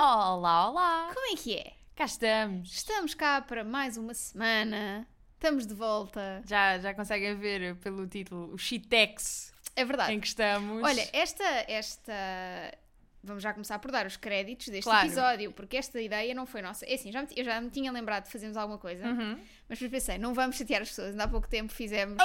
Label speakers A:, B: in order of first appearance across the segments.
A: Olá, olá!
B: Como é que é?
A: Cá estamos!
B: Estamos cá para mais uma semana. Estamos de volta.
A: Já, já conseguem ver pelo título o Shitex
B: É
A: em
B: verdade.
A: que estamos.
B: Olha, esta, esta. Vamos já começar por dar os créditos deste
A: Claro.
B: episódio, porque esta ideia não foi nossa. É assim, já me- eu já me tinha lembrado de fazermos alguma coisa,
A: Uhum.
B: mas depois pensei, não vamos chatear as pessoas. Ainda há pouco tempo fizemos.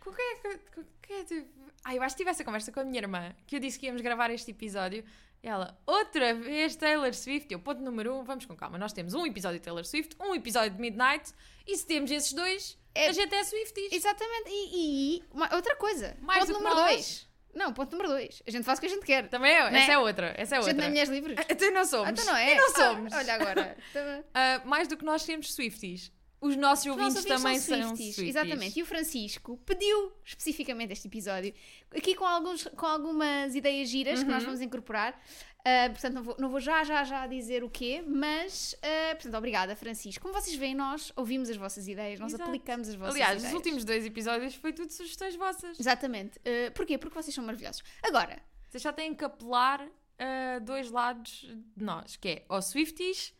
A: Com quem é que- com quem é que- Ah, eu acho que tive essa conversa com a minha irmã, que eu disse que íamos gravar este episódio. E ela, outra vez Taylor Swift. Eu, ponto número um, vamos com calma. Nós temos um episódio de Taylor Swift, um episódio de Midnight, e se temos esses dois,
B: É-
A: a gente é Swifties.
B: Exatamente. E, e uma- outra coisa.
A: Mais
B: ponto
A: do que
B: número
A: nós.
B: dois. Não, ponto número dois. A gente faz o que a gente quer.
A: Também é,
B: Né?
A: essa é outra, essa é
B: a gente não é
A: outra.
B: mulheres livres.
A: Então não somos.
B: Ah, então não é?
A: E não
B: Ah,
A: somos.
B: olha agora. Tá-
A: Ah, mais do que nós temos Swifties, os nossos
B: Os nossos
A: ouvintes,
B: ouvintes
A: também
B: são
A: são
B: Swifties,
A: Swifties.
B: Exatamente. E o Francisco pediu especificamente este episódio, aqui com, alguns, com algumas ideias giras que
A: Uhum.
B: nós vamos incorporar. Ah, portanto, não vou, não vou já, já, já dizer o quê, mas, ah, portanto, obrigada, Francisco. Como vocês veem, nós ouvimos as vossas ideias, nós
A: Exato.
B: aplicamos as vossas
A: Aliás, os
B: ideias.
A: últimos dois episódios foi tudo sugestões vossas.
B: Exatamente. Ah, porquê? Porque vocês são maravilhosos. Agora,
A: Vocês já têm que apelar a dois lados de nós, que é ou Swifties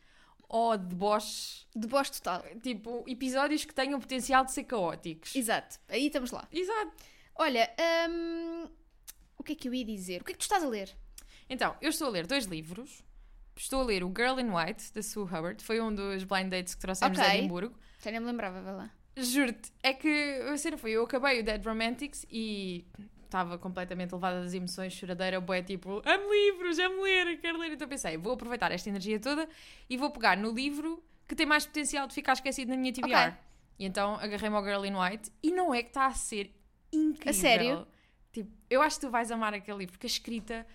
A: ou deboches,
B: deboche total.
A: tipo, episódios que tenham potencial de ser caóticos.
B: Exato. Aí estamos lá.
A: Exato.
B: Olha, ahm, o que é que eu ia dizer? O que é que tu estás a ler?
A: Então, eu estou a ler dois livros. Estou a ler o Girl in White, da Sue Hubbard. Foi um dos blind dates que trouxemos
B: Ok.
A: de Edimburgo.
B: Já nem me lembrava, vai lá.
A: Juro-te, é que a cena foi, eu acabei o Dead Romantics e estava completamente levada das emoções, choradeira, boé, tipo, amo livros, amo ler, quero ler. Então pensei, vou aproveitar esta energia toda e vou pegar no livro que tem mais potencial de ficar esquecido na minha TBR.
B: Ok.
A: E então agarrei-me ao Girl in White e não é que está a ser incrível.
B: A sério?
A: Tipo, eu acho que tu vais amar aquele livro, porque a escrita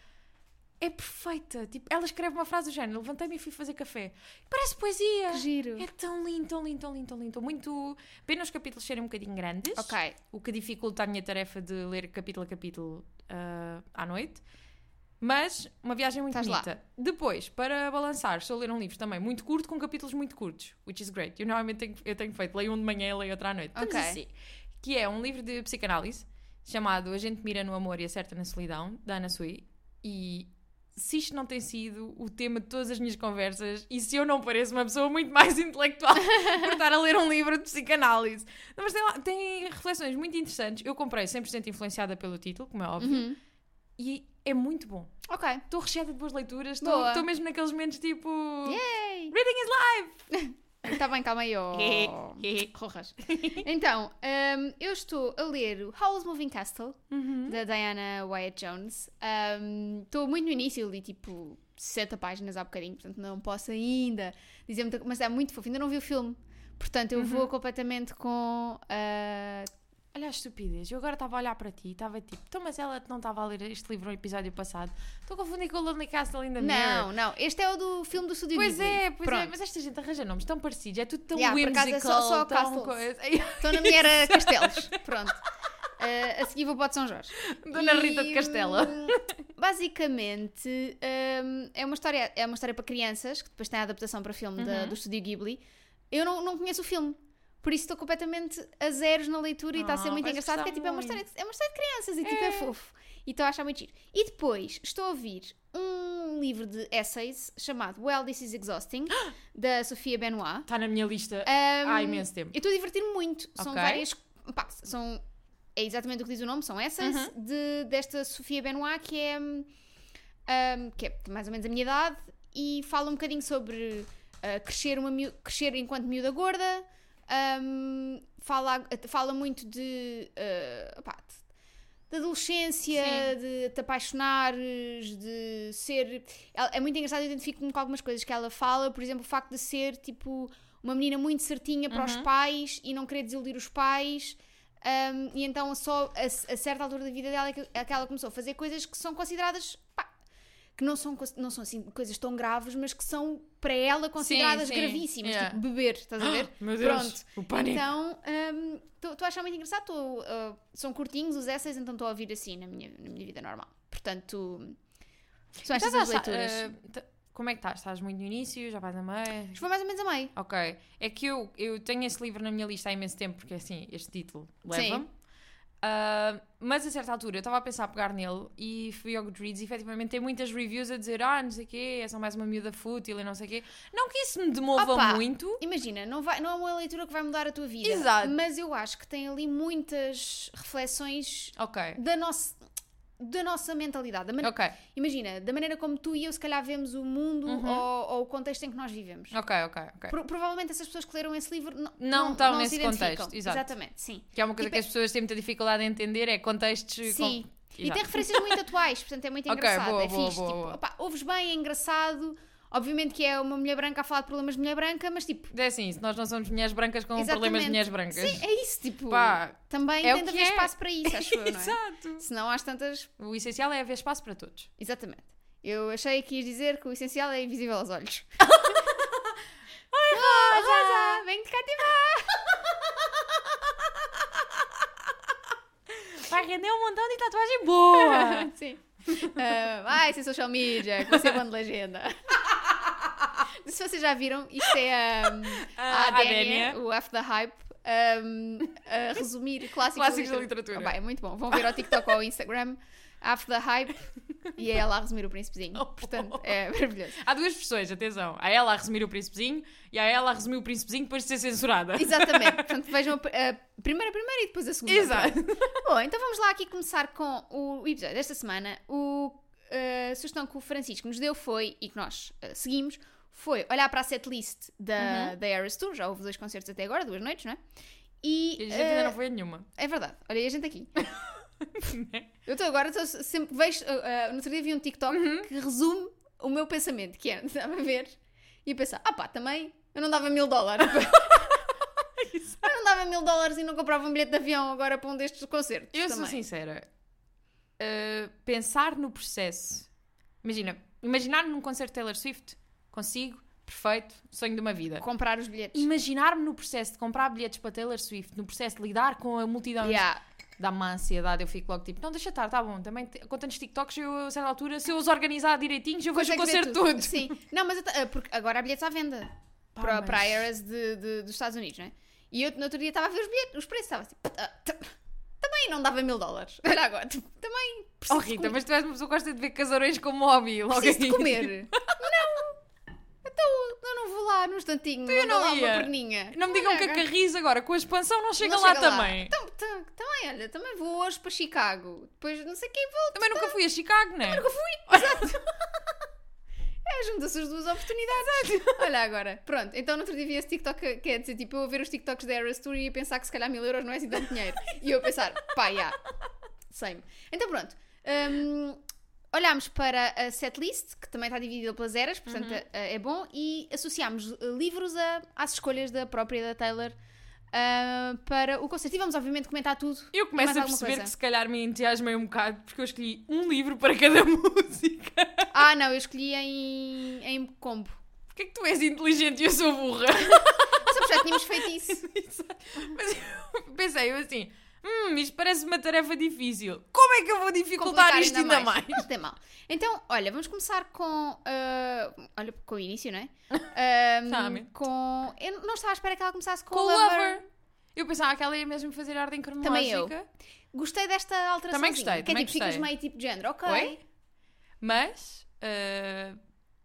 A: é perfeita. Tipo, ela escreve uma frase do género, levantei-me e fui fazer café. Parece poesia.
B: Que giro.
A: É tão lindo, tão lindo, tão lindo, tão lindo. Muito. Pena os capítulos serem um bocadinho grandes.
B: Ok.
A: O que dificulta a minha tarefa de ler capítulo a capítulo ah, à noite. Mas uma viagem muito
B: Estás lá.
A: bonita. Depois, para balançar, estou a ler um livro também muito curto, com capítulos muito curtos, which is great. Eu normalmente tenho, eu tenho feito, leio um de manhã e leio outro à noite. Estamos
B: Ok.
A: assim. Que é um livro de psicanálise chamado A Gente Mira no Amor e Acerta na Solidão, da Ana Sui. E se isto não tem sido o tema de todas as minhas conversas e se eu não pareço uma pessoa muito mais intelectual por estar a ler um livro de psicanálise. Não, mas tem, lá- tem reflexões muito interessantes. Eu comprei 100% influenciada pelo título, como é óbvio,
B: Uhum.
A: e é muito bom.
B: Ok.
A: Estou recheada de boas leituras, estou
B: Boa.
A: estou mesmo naqueles momentos tipo.
B: Yay!
A: Reading is
B: Está Tá bem, calma aí, ó.
A: É. life!
B: Rojas. Então, hum, eu estou a ler o Howl's Moving Castle,
A: Uhum.
B: da Diana Wyatt Jones. Hum, Estou muito no início, eu li tipo 60 páginas há bocadinho, portanto não posso ainda dizer muita coisa, mas é muito fofo, ainda não vi o filme. Portanto, eu
A: Uhum.
B: vou completamente com. ah,
A: Olha a estupidez, eu agora estava a olhar para ti e estava tipo, então, mas ela não estava a ler este livro no episódio passado. Estou a confundir com o Lonely Castle in the Mirror.
B: Não, não, este é o do filme do Studio
A: Pois
B: Ghibli.
A: é, pois é,
B: Pronto.
A: mas esta gente arranja nomes tão parecidos, é tudo tão
B: Yeah, por acaso
A: whimsical,
B: é só- só
A: tão
B: castles.
A: coisa.
B: Então na minha era Castelos. Pronto. Ah, a seguir vou para o de São Jorge.
A: Dona
B: E,
A: Rita de Castela.
B: hum, Basicamente, hum, é, uma história, é uma história para crianças, que depois tem a adaptação para filme da-
A: Uhum.
B: do estúdio Ghibli. Eu não, não conheço o filme, por isso estou completamente a zeros na leitura e está a ser
A: Ah,
B: muito
A: vais
B: engraçado, porque
A: gostar
B: é, tipo, é, uma
A: muito.
B: história, de- é uma história de crianças e tipo, é fofo. E estou a achar muito giro. E depois estou a ouvir um livro de essays chamado Well, This Is Exhausting, da Sofia Benoit.
A: Está na minha lista
B: Hum,
A: há imenso tempo.
B: eu estou a divertir-me muito. São
A: Ok.
B: várias. Pá, são. É exatamente o que diz o nome, são essas
A: Uhum.
B: de, desta Sofia Benoit, que é. hum, hum, que é mais ou menos a minha idade e fala um bocadinho sobre ah, crescer, uma miú- crescer enquanto miúda gorda. hum, fala, fala muito de. ah, pá, de- de adolescência,
A: Sim.
B: de te apaixonares, de ser. Ela- É muito engraçado, eu identifico-me com algumas coisas que ela fala, por exemplo, o facto de ser tipo uma menina muito certinha para
A: Uhum.
B: os pais e não querer desiludir os pais. ahm, e então, só a, a certa altura da vida dela é que, é que ela começou a fazer coisas que são consideradas. pá, que não são, cons- não são assim coisas tão graves, mas que são para ela consideradas
A: sim,
B: gravíssimas,
A: yeah.
B: tipo beber, estás a ver?
A: Meu
B: Deus,
A: o pânico.
B: Então, estou a achar muito engraçado. tô, ah, são curtinhos os essays, então estou a ouvir assim na minha, na minha vida normal. Portanto, são estas as leituras.
A: como é que estás? Estás muito no início? Já vais a meio?
B: Mas Foi mais ou menos a meio.
A: Ok. É que eu, eu tenho esse livro na minha lista há imenso tempo, porque assim, este título leva-me. Ah, mas a certa altura eu estava a pensar a pegar nele e fui ao Goodreads e efetivamente tem muitas reviews a dizer ah, não sei o quê, é só mais uma miúda fútil e não sei o quê. Não que isso me demova
B: Opa!
A: muito.
B: Imagina, não, vai, não é uma leitura que vai mudar a tua vida.
A: Exato.
B: Mas eu acho que tem ali muitas reflexões
A: Ok,
B: da nossa, da nossa mentalidade. Da man-
A: ok,
B: Imagina, da maneira como tu e eu se calhar vemos o mundo ou, ou o contexto em que nós vivemos.
A: Uhum. ok, ok, ok.
B: Pro- provavelmente essas pessoas que leram esse livro não,
A: Não estão
B: se
A: nesse
B: identificam.
A: contexto, exato.
B: Exatamente, sim.
A: Que é uma coisa
B: E
A: que as pessoas têm muita dificuldade em entender, é contextos...
B: Tipo, Sim.
A: Com...
B: E tem
A: Exato.
B: referências muito atuais, portanto é muito
A: Ok,
B: engraçado.
A: boa,
B: é
A: boa,
B: fixe.
A: boa,
B: tipo,
A: boa.
B: opá, ouves bem, é engraçado. Obviamente que é uma mulher branca a falar de problemas de mulher branca, mas tipo,
A: É assim, se nós não somos mulheres brancas com problemas
B: Exatamente.
A: um de mulheres brancas.
B: sim, é isso. Tipo,
A: Pá,
B: também
A: é o
B: tem de
A: que
B: haver
A: é.
B: espaço para isso, acho eu, não é?
A: exato.
B: Senão às tantas.
A: O essencial é haver espaço para todos.
B: Exatamente. Eu achei que ias dizer que o essencial é invisível aos olhos. Oi, Rosa! Vem de cá
A: Vai render um montão de tatuagem boa!
B: Sim. Ah, ai, sem social media, que você manda legenda. Não sei se vocês já viram, isto é um, a
A: Ah, a
B: Adénia,
A: Adénia.
B: o F da Hype, um, a resumir clássicos,
A: Clássicos
B: da
A: da
B: literatura.
A: literatura.
B: Opa, é muito bom. Vão ver ao TikTok ou ao Instagram, F da Hype, e é ela a resumir o príncipezinho.
A: Oh,
B: Portanto, é maravilhoso.
A: Há duas versões, atenção. Há ela a resumir o príncipezinho e há ela a resumir o príncipezinho depois de ser censurada.
B: Exatamente. Portanto, vejam a, pr- a primeira, a primeira e depois a segunda.
A: Exato.
B: Bom, então vamos lá aqui começar com o episódio desta semana. O, a sugestão que o Francisco nos deu foi, e que nós eh, seguimos, foi olhar para a setlist da,
A: Uhum.
B: da Eras Tour. Já houve dois concertos até agora, duas noites, não é? E,
A: E a gente
B: eh,
A: ainda não foi a nenhuma.
B: é verdade, olha a gente aqui. Eu estou agora, estou sempre vejo, eh, eh, no outro dia vi um TikTok
A: Uhum.
B: que resume o meu pensamento, que é, estava a ver e a pensar, ah pá, também eu não dava mil dólares. eu não dava mil dólares e não comprava um bilhete de avião agora para um destes concertos.
A: Eu
B: também.
A: sou sincera. Uh, pensar no processo. Imagina, imaginar-me num concerto de Taylor Swift, consigo, perfeito, sonho de uma vida.
B: comprar os bilhetes.
A: Imaginar-me no processo de comprar bilhetes para Taylor Swift, no processo de lidar com a multidão
B: Yeah.
A: dá-me uma ansiedade, eu fico logo tipo, não deixa estar, tá bom, também te- com tantos TikToks, eu a certa altura, se eu os organizar direitinho, eu vejo
B: Consegues
A: o
B: ver
A: concerto
B: tudo.
A: todo.
B: Sim. Não, mas eu ta- ah, porque agora há bilhetes à venda
A: Pá,
B: para,
A: mas-
B: para a IRS de- de- dos Estados Unidos, não é? E eu no outro dia estava a ver os bilhetes, os preços, estava assim. "Ah, t- Também não dava mil dólares. Olha agora, t- também preciso,
A: Oh
B: de,
A: Rita,
B: comer,
A: mas tu és uma pessoa que gosta de ver casarões como hobby, logo
B: preciso de
A: aí.
B: comer. não! Então eu não vou lá num instantinho,
A: Então eu
B: manda
A: não
B: lá uma
A: ia.
B: perninha.
A: Não me digam
B: Olha
A: que a
B: agora.
A: Carris agora, com a expansão, não chega
B: Não
A: lá
B: chega lá.
A: também.
B: Então, então, também, olha, também vou hoje para Chicago. Depois não sei quem volto.
A: Também nunca fui a Chicago, né?
B: tá, Nunca fui. Exato. É, juntam-se as duas oportunidades. Olha agora. Pronto, então no outro dia vi esse TikTok, que é dizer, tipo, eu a ver os TikToks da Eras Tour e a pensar que se calhar mil euros não é assim tanto dinheiro. E eu a pensar, pá, já. Same. Então pronto. Hum, olhámos para a setlist, que também está dividida pelas eras, portanto é, é bom, e associámos eh, livros a- às escolhas da própria da Taylor ah, para o concerto. E vamos, obviamente, comentar tudo.
A: Eu começo
B: mais
A: a
B: alguma
A: perceber
B: coisa?
A: que se calhar me entusiasmei um bocado porque eu escolhi um livro para cada música.
B: Ah, não, eu escolhi em, em combo.
A: Porquê que tu és inteligente e eu sou burra?
B: Sabes, já tínhamos feito isso.
A: Mas eu pensei, eu assim, hum, isto parece uma tarefa difícil. Como é que eu vou dificultar
B: Complicar
A: isto ainda, mais?
B: Não tem mal. Então, olha, vamos começar com. ah, olha, com o início, não é? Ahm,
A: Claramente.
B: com. Eu não estava à espera que ela começasse com,
A: Com o
B: Lover.
A: Lover. Eu pensava que ela ia mesmo fazer ordem cronológica.
B: Também eu. Gostei desta alteração.
A: Também gostei,
B: Que é
A: também
B: tipo, ficas
A: gostei.
B: meio tipo de género, ok.
A: Oi? Mas eh,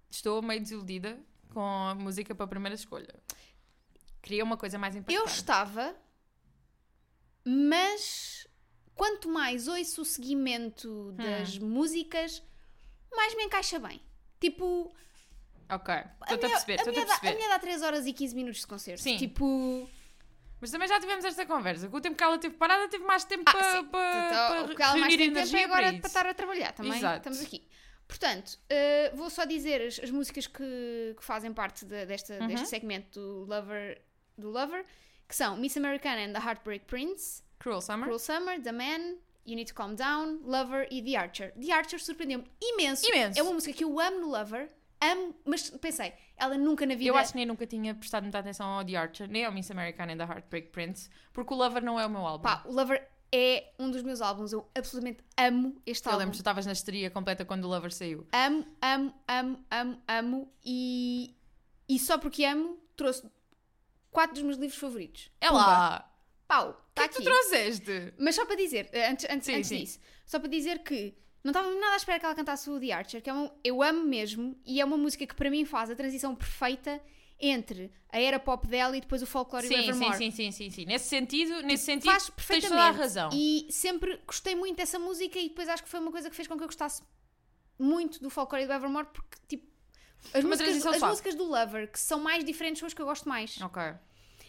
A: estou meio desiludida com a música para a primeira escolha. Queria uma coisa mais
B: Eu
A: impactante.
B: estava, mas quanto mais ouço o seguimento das
A: Hum.
B: músicas, mais me encaixa bem. Tipo,
A: Ok,
B: a
A: estou-te a
B: minha,
A: perceber,
B: a,
A: estou-te
B: minha
A: a
B: dá, a
A: perceber.
B: minha dá 3 horas e 15 minutos de concerto.
A: Sim.
B: Tipo,
A: Mas também já tivemos esta conversa. Com o tempo que ela teve parada, teve mais tempo
B: Ah,
A: para,
B: sim.
A: para,
B: Então, o que
A: para
B: ela mais tem
A: reunir
B: tempo
A: energia
B: é agora
A: para
B: para,
A: isso.
B: estar a trabalhar também.
A: Exato.
B: Estamos aqui. Portanto, eh, vou só dizer as, as músicas que, que fazem parte de- desta,
A: Uhum.
B: deste segmento do Lover, do Lover, que são Miss Americana and the Heartbreak Prince,
A: Cruel Summer.
B: Cruel Summer, The Man, You Need to Calm Down, Lover e The Archer. The Archer surpreendeu-me imenso.
A: Imenso.
B: É uma música que eu amo no Lover, amo, mas pensei, ela nunca na vida...
A: Eu acho que nem nunca tinha prestado muita atenção ao The Archer, nem ao Miss Americana and the Heartbreak Prince, porque o Lover não é o meu álbum.
B: Pá, o Lover é um dos meus álbuns, eu absolutamente amo este
A: eu
B: álbum.
A: lembro que tu estavas na histeria completa quando o Lover saiu.
B: amo, amo, amo, amo, amo e, e só porque amo trouxe quatro dos meus livros favoritos.
A: É lá!
B: Pau, está
A: que é que
B: aqui.
A: tu trouxeste?
B: Mas só para dizer, eh, antes, antes,
A: Sim,
B: antes
A: sim.
B: disso, só para dizer que não estava mesmo nada à espera que ela cantasse o The Archer, que é uma, eu amo mesmo, e é uma música que para mim faz a transição perfeita entre a era pop dela e depois o folclore e o
A: Sim, sim,
B: Evermore.
A: sim, sim, sim, sim. Nesse sentido, nesse sentido
B: Tipo, Faz
A: Tipo, tens
B: perfeitamente.
A: toda a razão.
B: E sempre gostei muito dessa música e depois acho que foi uma coisa que fez com que eu gostasse muito do folclore e do Evermore, porque tipo. As,
A: Uma
B: músicas,
A: transição
B: as
A: suave.
B: músicas do Lover, que são mais diferentes, são as que eu gosto mais.
A: Ok.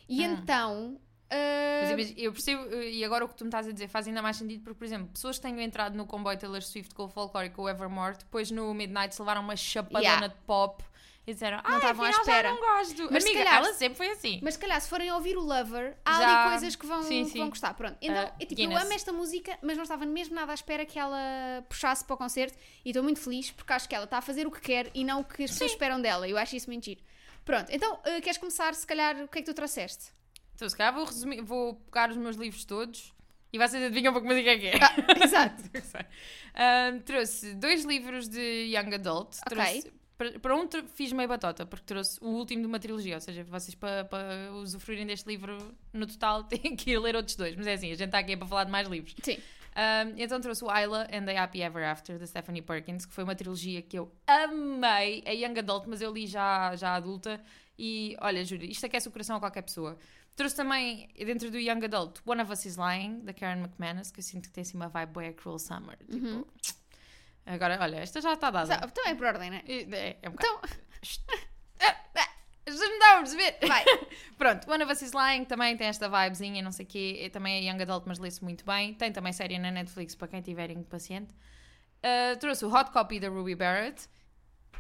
B: E
A: Hum.
B: então. ah,
A: Mas imagina- eu percebo, e agora o que tu me estás a dizer faz ainda mais sentido, porque, por exemplo, pessoas que tenham entrado no comboio Taylor Swift com o Folklore e com o Evermore, depois no Midnight se levaram uma chapadona
B: Yeah.
A: de pop e disseram, ah,
B: estavam à
A: afinal já
B: espera."
A: não gosto.
B: Mas se
A: Amiga,
B: calhar-
A: ela sempre foi assim.
B: Mas se calhar, se forem ouvir o Lover, há
A: Já-
B: ali coisas que vão,
A: sim,
B: que vão
A: sim.
B: gostar. Pronto. Então,
A: Ah,
B: é tipo,
A: Guinness.
B: eu amo esta música, mas não estava mesmo nada à espera que ela puxasse para o concerto e estou muito feliz porque acho que ela está a fazer o que quer e não o que as pessoas esperam dela. Eu acho isso muito giro. Pronto, então ah, queres começar, se calhar, o que é que tu trouxeste?
A: Então, se calhar vou, resumir, vou pegar os meus livros todos e vocês adivinham para que música é que é.
B: Exato.
A: Ahm, trouxe dois livros de Young Adult.
B: Ok.
A: Trouxe- para, para um tr- fiz meio batota, porque trouxe o último de uma trilogia, ou seja, vocês para, para usufruírem deste livro no total têm que ir ler outros dois, mas é assim, a gente está aqui é para falar de mais livros.
B: Sim.
A: Ahm, então trouxe o Isla and the Happy Ever After, da Stephanie Perkins, que foi uma trilogia que eu amei, é Young Adult, mas eu li já, já adulta, e olha, juro, isto aquece o coração a qualquer pessoa. Trouxe também, dentro do Young Adult, One of Us is Lying, da Karen McManus, que eu sinto que tem assim uma vibe bué Cruel Summer. Tipo, agora, olha, esta já está dada.
B: Sa- Uhum. Então é por ordem, não é?
A: E- É, é um bocado. Ah,
B: Então,
A: Já me dá a perceber.
B: vai.
A: Pronto, One of Us is Lying também tem esta vibezinha, não sei o quê. É, também é Young Adult, mas lê-se muito bem. Tem também série na Netflix, para quem tiver impaciente. Uh, trouxe o Hot Copy da Ruby Barrett.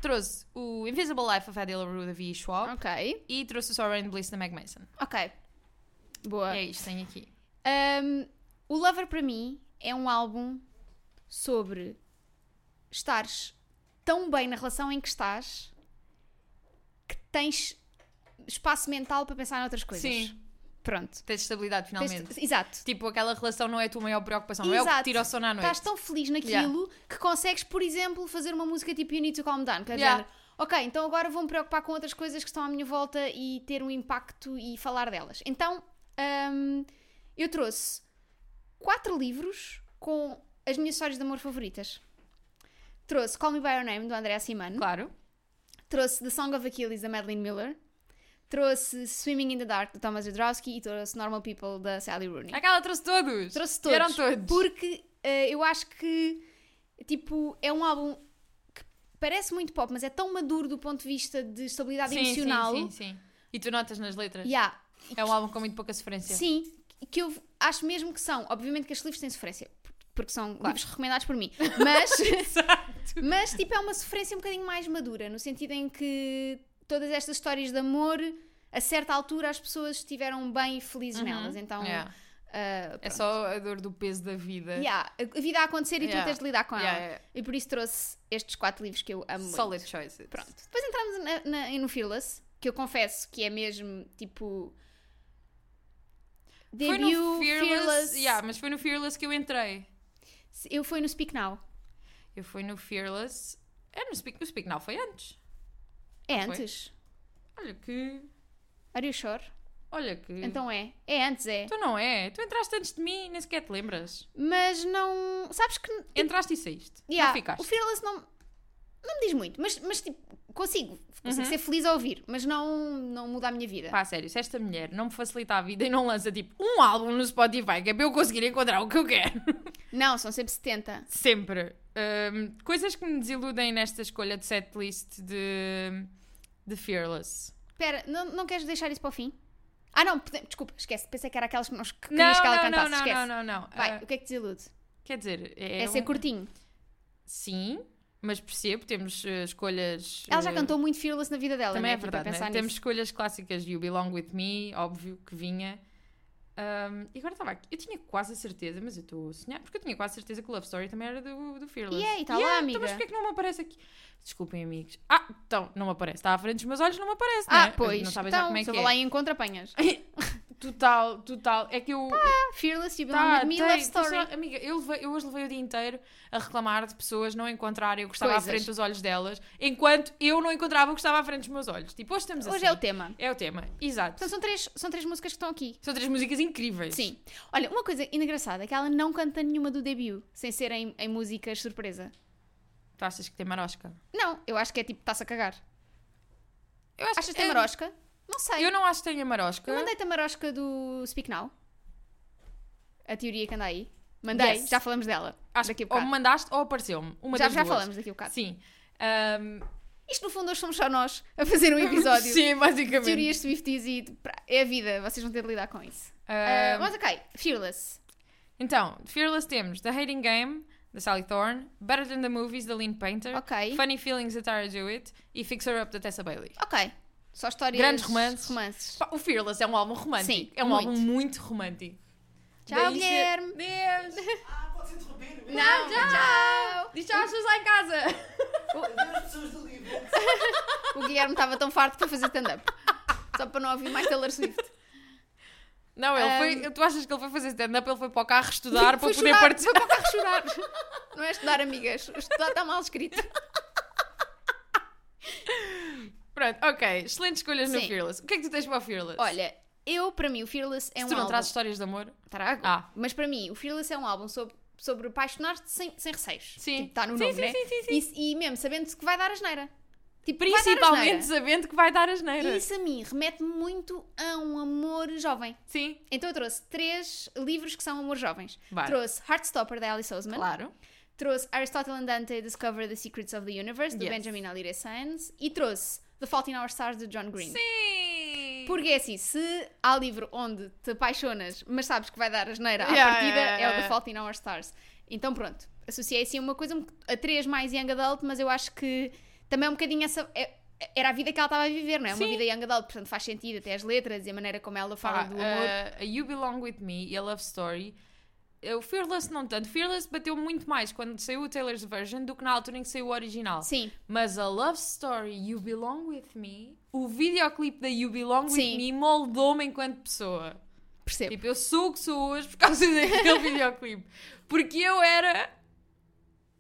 A: Trouxe o Invisible Life of Adela Rue da V. Schwab.
B: ok.
A: E trouxe o Sorrow and Bliss da Meg Mason.
B: Ok. Boa.
A: É isto, tenho aqui.
B: Um, o Lover para mim é um álbum sobre estares tão bem na relação em que estás que tens espaço mental para pensar noutras coisas.
A: Sim.
B: Pronto.
A: Tens estabilidade,
B: Tens-
A: finalmente.
B: Exato.
A: Tipo, aquela relação não é a tua maior preocupação, não é o que
B: Exato.
A: tira o sono à noite.
B: Estás tão feliz naquilo que consegues, por exemplo, fazer uma música tipo You Need to Calm Down, que é do
A: Yeah.
B: género, Ok, então agora vou-me preocupar com outras coisas que estão à minha volta e ter um impacto e falar delas. Então, hum, eu trouxe quatro livros com as minhas histórias de amor favoritas. Trouxe Call Me By Your Name, do André Simano.
A: Claro.
B: Trouxe The Song of Achilles, da Madeline Miller. Trouxe Swimming in the Dark, do Thomas Jodorowsky. E trouxe Normal People, da Sally Rooney.
A: Aquela trouxe todos.
B: Trouxe todos.
A: Vieram todos.
B: Porque eh, eu acho que, tipo, é um álbum que parece muito pop, mas é tão maduro do ponto de vista de estabilidade emocional.
A: Sim, sim, sim. E tu notas nas letras.
B: Yeah.
A: É um álbum com muito pouca sofrência.
B: Sim, que eu acho mesmo que são. Obviamente que estes livros têm sofrência, porque são livros recomendados por mim. Mas, mas, tipo, é uma sofrência um bocadinho mais madura, no sentido em que todas estas histórias de amor, a certa altura, as pessoas estiveram bem e felizes nelas. Então,
A: Uhum. Yeah.
B: ah,
A: É só a dor do peso da vida.
B: Yeah, a vida a acontecer e
A: Yeah.
B: tu tens de lidar com
A: Yeah,
B: ela.
A: yeah.
B: E por isso trouxe estes quatro livros que eu amo muito.
A: Solid choices.
B: Pronto. Depois entramos na, na, no Fearless, que eu confesso que é mesmo tipo.
A: Foi
B: Debut,
A: no Fearless.
B: Fearless.
A: Yeah, mas foi no Fearless que eu entrei.
B: Eu fui no Speak Now.
A: Eu fui no Fearless. É no Speak, o Speak Now foi antes.
B: É
A: Foi?
B: antes.
A: Olha que.
B: Are you sure?
A: Olha que.
B: Então é. É antes, é.
A: Tu não é. Tu entraste antes de mim e nem sequer te lembras.
B: Mas não. Sabes que.
A: Entraste e saíste.
B: yeah,
A: Não Então, ficaste.
B: o Fearless não. Não me diz muito, mas, mas tipo, consigo. Consigo ser feliz a ouvir, mas não, não muda a minha vida.
A: Uhum. Pá, sério, se esta mulher não me facilita a vida e não lança tipo um álbum no Spotify que é para eu conseguir encontrar o que eu quero.
B: Não, são sempre 70.
A: Sempre. Hum, coisas que me desiludem nesta escolha de setlist de, de Fearless.
B: Espera, não, não queres deixar isso para o fim? Ah, não, pode- desculpa, esquece. Pensei que era aquelas que nós que querias que ela
A: não,
B: cantasse.
A: não, não,
B: esquece.
A: não, não, não.
B: Vai,
A: Ah,
B: o que é que te desilude?
A: quer dizer,
B: É,
A: é,
B: ser
A: um-
B: curtinho.
A: Sim, mas percebo, temos eh, escolhas.
B: Ela já
A: eh,
B: cantou muito Fearless na vida dela,
A: Também
B: né?
A: é
B: Tipo, a
A: verdade. né?
B: pensar nisso.
A: Temos escolhas clássicas de You Belong With Me, óbvio que vinha. Hum, e agora estava aqui. Eu tinha quase a certeza, mas eu estou a sonhar, porque eu tinha quase a certeza que o Love Story também era do, do Fearless.
B: E é, e tá lá,
A: então,
B: amiga.
A: Mas porquê é que não me aparece aqui? Desculpem, amigos. Ah, então, não me aparece. Está à frente dos meus olhos, não me aparece.
B: Ah,
A: né?
B: pois.
A: Não sabes já
B: então,
A: como é
B: se
A: que
B: eu
A: é.
B: vou lá e encontro, apanhas.
A: Total, total. É que eu.
B: Fearless, you belong
A: Tá,
B: with me,
A: tem,
B: love
A: funciona-
B: story.
A: Amiga, eu, levei- eu hoje levei o dia inteiro a reclamar de pessoas não encontrarem o que estava
B: Coisas.
A: à frente dos olhos delas, enquanto eu não encontrava o que estava à frente dos meus olhos. Tipo, hoje estamos
B: Hoje
A: assim.
B: é o tema.
A: É o tema, exato.
B: Então são três, são três músicas que estão aqui.
A: São três músicas incríveis.
B: Sim. Olha, uma coisa engraçada é que ela não canta nenhuma do debut, sem ser em, em músicas surpresa.
A: Tu achas que tem marosca?
B: Não, eu acho que é tipo, está-se a cagar.
A: Eu acho
B: Achas que tem marosca? Não sei.
A: Eu não acho que tenha marosca.
B: Eu mandei-te a marosca do Speak Now. A teoria que anda aí. Mandei,
A: Yes.
B: já falamos dela.
A: Acho
B: daqui a
A: ou
B: bocado.
A: me mandaste ou apareceu-me. Uma
B: já
A: das
B: já
A: duas.
B: falamos daqui a bocado.
A: Sim. Ahm,
B: Isto no fundo hoje somos só nós a fazer um episódio.
A: Sim, basicamente.
B: Teorias Swifties e de- pra- é a vida, vocês vão ter de lidar com isso.
A: Ahm,
B: Ah, mas ok, Fearless.
A: Então, de Fearless temos The Hating Game, da Sally Thorne, Better Than The Movies, da Lynn Painter,
B: Ok.
A: Funny Feelings, da Tara Jewett e Fix Her Up, da Tessa Bailey.
B: Ok. Só histórias.
A: Grandes romances.
B: romances.
A: Pá, O Fearless é um álbum romântico.
B: Sim,
A: é um
B: muito.
A: álbum muito romântico.
B: Tchau,
A: Daí se-
B: Guilherme.
A: Deus.
C: Ah, pode interromper? Não.
B: Não, tchau.
A: Diz tchau às pessoas lá em casa.
C: Adeus, pessoas do livro.
B: O Guilherme estava tão farto para fazer stand-up. Só para não ouvir mais Taylor Swift.
A: Não, ele
B: Ahm.
A: foi. Tu achas que ele foi fazer stand-up? Ele foi para o carro estudar para
B: Um, Foi
A: poder
B: chorar,
A: participar.
B: Foi para o carro chorar. Não é estudar, amigas. Estudar está mal escrito.
A: Pronto, ok. Excelentes escolhas no
B: Sim.
A: Fearless. O que é que tu tens para o Fearless?
B: Olha, eu, para mim, o Fearless é
A: se
B: um
A: tu não
B: álbum...
A: trazes histórias de amor.
B: Trago.
A: Ah.
B: Mas para mim, o Fearless é um álbum sobre, sobre apaixonar-te sem, sem receios.
A: Sim.
B: Tipo, está no
A: Sim,
B: nome,
A: sim,
B: né?
A: sim, sim,
B: E, e mesmo sabendo que vai dar asneira. Tipo, vai dar
A: Principalmente
B: asneira.
A: sabendo que vai dar as
B: E
A: neiras.
B: isso a mim remete muito a um amor jovem.
A: Sim.
B: Então eu trouxe três livros que são amor jovens.
A: Vai.
B: Trouxe Heartstopper, da Alice Oseman.
A: Claro.
B: Trouxe Aristotle and Dante Discover the Secrets of the Universe, do
A: Yes.
B: Benjamin Alire Sands. E trouxe The Fault in Our Stars, de John Green.
A: Sim.
B: Porque é assim, se há livro onde te apaixonas, mas sabes que vai dar asneira à
A: Yeah,
B: partida,
A: yeah,
B: é
A: yeah,
B: o The
A: yeah.
B: Fault in Our Stars. Então pronto, associei assim uma coisa um- a três mais young adult, mas eu acho que também é um bocadinho essa... é- era a vida que ela estava a viver, não é? Uma
A: Sim.
B: vida young adult, portanto faz sentido até as letras e a maneira como ela fala
A: Pá,
B: do
A: uh,
B: amor.
A: a You Belong With Me e a Love Story. eh, O Fearless não tanto. Fearless bateu muito mais quando saiu o Taylor's Version do que na altura em que saiu o original.
B: Sim,
A: Mas a Love Story You Belong With Me, o videoclipe da You Belong With
B: Sim.
A: Me moldou-me enquanto pessoa.
B: percebo.
A: Tipo, eu sou o que sou hoje por causa daquele videoclipe. Porque eu era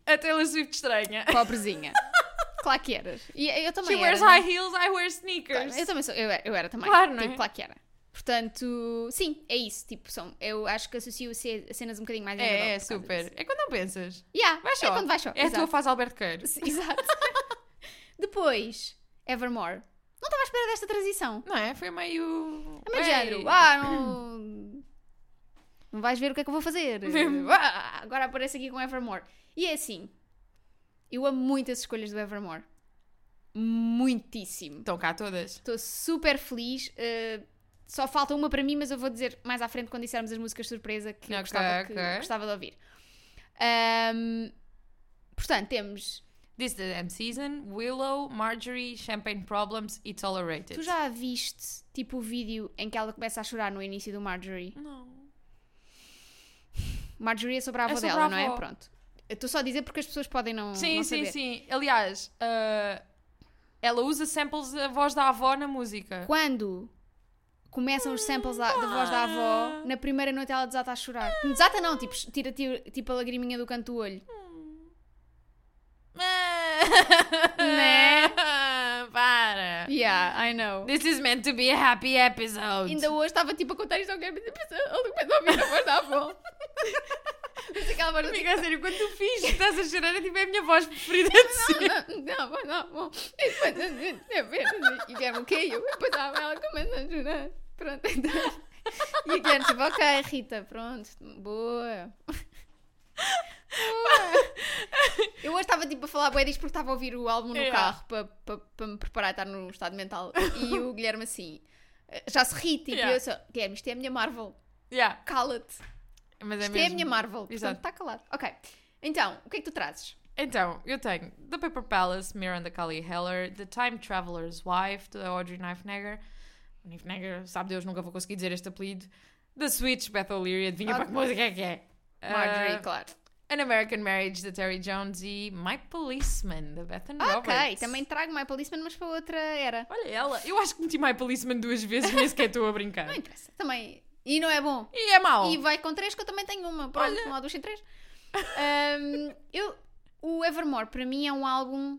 A: a Taylor Swift estranha.
B: Pobrezinha. claro que eras. E eu também era.
A: She wears
B: não é?
A: high heels, I wear sneakers.
B: Eu também sou, eu, era- eu era também.
A: Claro, não é?
B: Tipo, claro que era. Portanto, sim, é isso. Tipo, são, eu acho que associo a ce- a cenas um bocadinho mais young
A: É, é
B: adult por causa
A: super.
B: disso.
A: É quando não pensas.
B: Yeah,
A: Vai só.
B: É quando vai só.
A: É a tua
B: exato.
A: fase Alberto Queiro.
B: Exato. Depois, Evermore. Não estava à espera desta transição.
A: Não é? Foi meio.
B: É meio
A: Ei.
B: de género. Ah, não. Não vais ver o que é que eu vou fazer.
A: Mesmo.
B: Ah, agora aparece aqui com Evermore. E é assim. Eu amo muito as escolhas do Evermore. Muitíssimo.
A: Estão cá todas.
B: Estou super feliz. uh, só falta uma para mim, mas eu vou dizer mais à frente quando dissermos as músicas surpresa que, eu
A: Ok,
B: gostava, que
A: ok.
B: eu gostava de ouvir. Ahm, portanto, temos.
A: This is the Damn Season, Willow, Marjorie, Champagne Problems e Tolerated.
B: Tu já viste tipo o vídeo em que ela começa a chorar no início do Marjorie?
A: Não.
B: Marjorie é sobre a avó
A: sobre
B: dela,
A: a
B: não é?
A: avó.
B: Pronto. Eu Estou só a dizer porque as pessoas podem não.
A: Sim,
B: não
A: sim,
B: saber.
A: sim. Aliás, ah, ela usa samples da voz da avó na música.
B: Quando começam os samples da, da voz da avó, na primeira noite ela desata a chorar. Desata não, tipo, tira, tira tipo a lagriminha do canto do olho.
A: né? Para.
B: Yeah, I know.
A: This is meant to be a happy episode.
B: Ainda hoje estava tipo a contar isto a alguém, mas ele começa a ouvir a voz da avó. Mas aquela voz assim,
A: Amiga, a sério, quando tu fiz, estás a chorar, é tipo é a minha voz preferida de sempre.
B: não, não, não, não, E depois, a ver, e Guilherme, o que é eu? E depois ela ela começa a chorar. Pronto, então. E a Guilherme, tipo, ok, Rita, pronto, boa. Boa. Eu hoje estava tipo a falar bué disto porque estava a ouvir o álbum no
A: Yeah.
B: carro para pa, pa me preparar a estar no estado mental. E o Guilherme assim, já se ri, tipo, e
A: Yeah.
B: eu só, Guilherme, isto é a minha Marvel,
A: Yeah,
B: cala-te.
A: mas é
B: Isto é a
A: mesmo.
B: minha Marvel, portanto
A: Exato.
B: está calado. Ok, então, o que é que tu trazes?
A: Então, eu tenho The Paper Palace, Miranda Kelly Heller, The Time Traveler's Wife, da Audrey Knifenegger. Knifenegger, sabe Deus, nunca vou conseguir dizer este apelido. The Switch, Beth O'Leary, adivinha
B: Ah,
A: para que música é que é?
B: Marjorie,
A: Ah,
B: claro.
A: An American Marriage, da Terry Jones e My Policeman, da Bethan
B: Ah,
A: Roberts.
B: ok, também trago My Policeman, mas para outra era.
A: Olha ela, eu acho que meti My Policeman duas vezes, nem sequer estou a brincar.
B: Não interessa, também. E não é bom.
A: E é mau.
B: E vai com três, que eu também tenho uma. Pronto,
A: Olha.
B: não há duas sem três. Ahm, eu, o Evermore, para mim, é um álbum.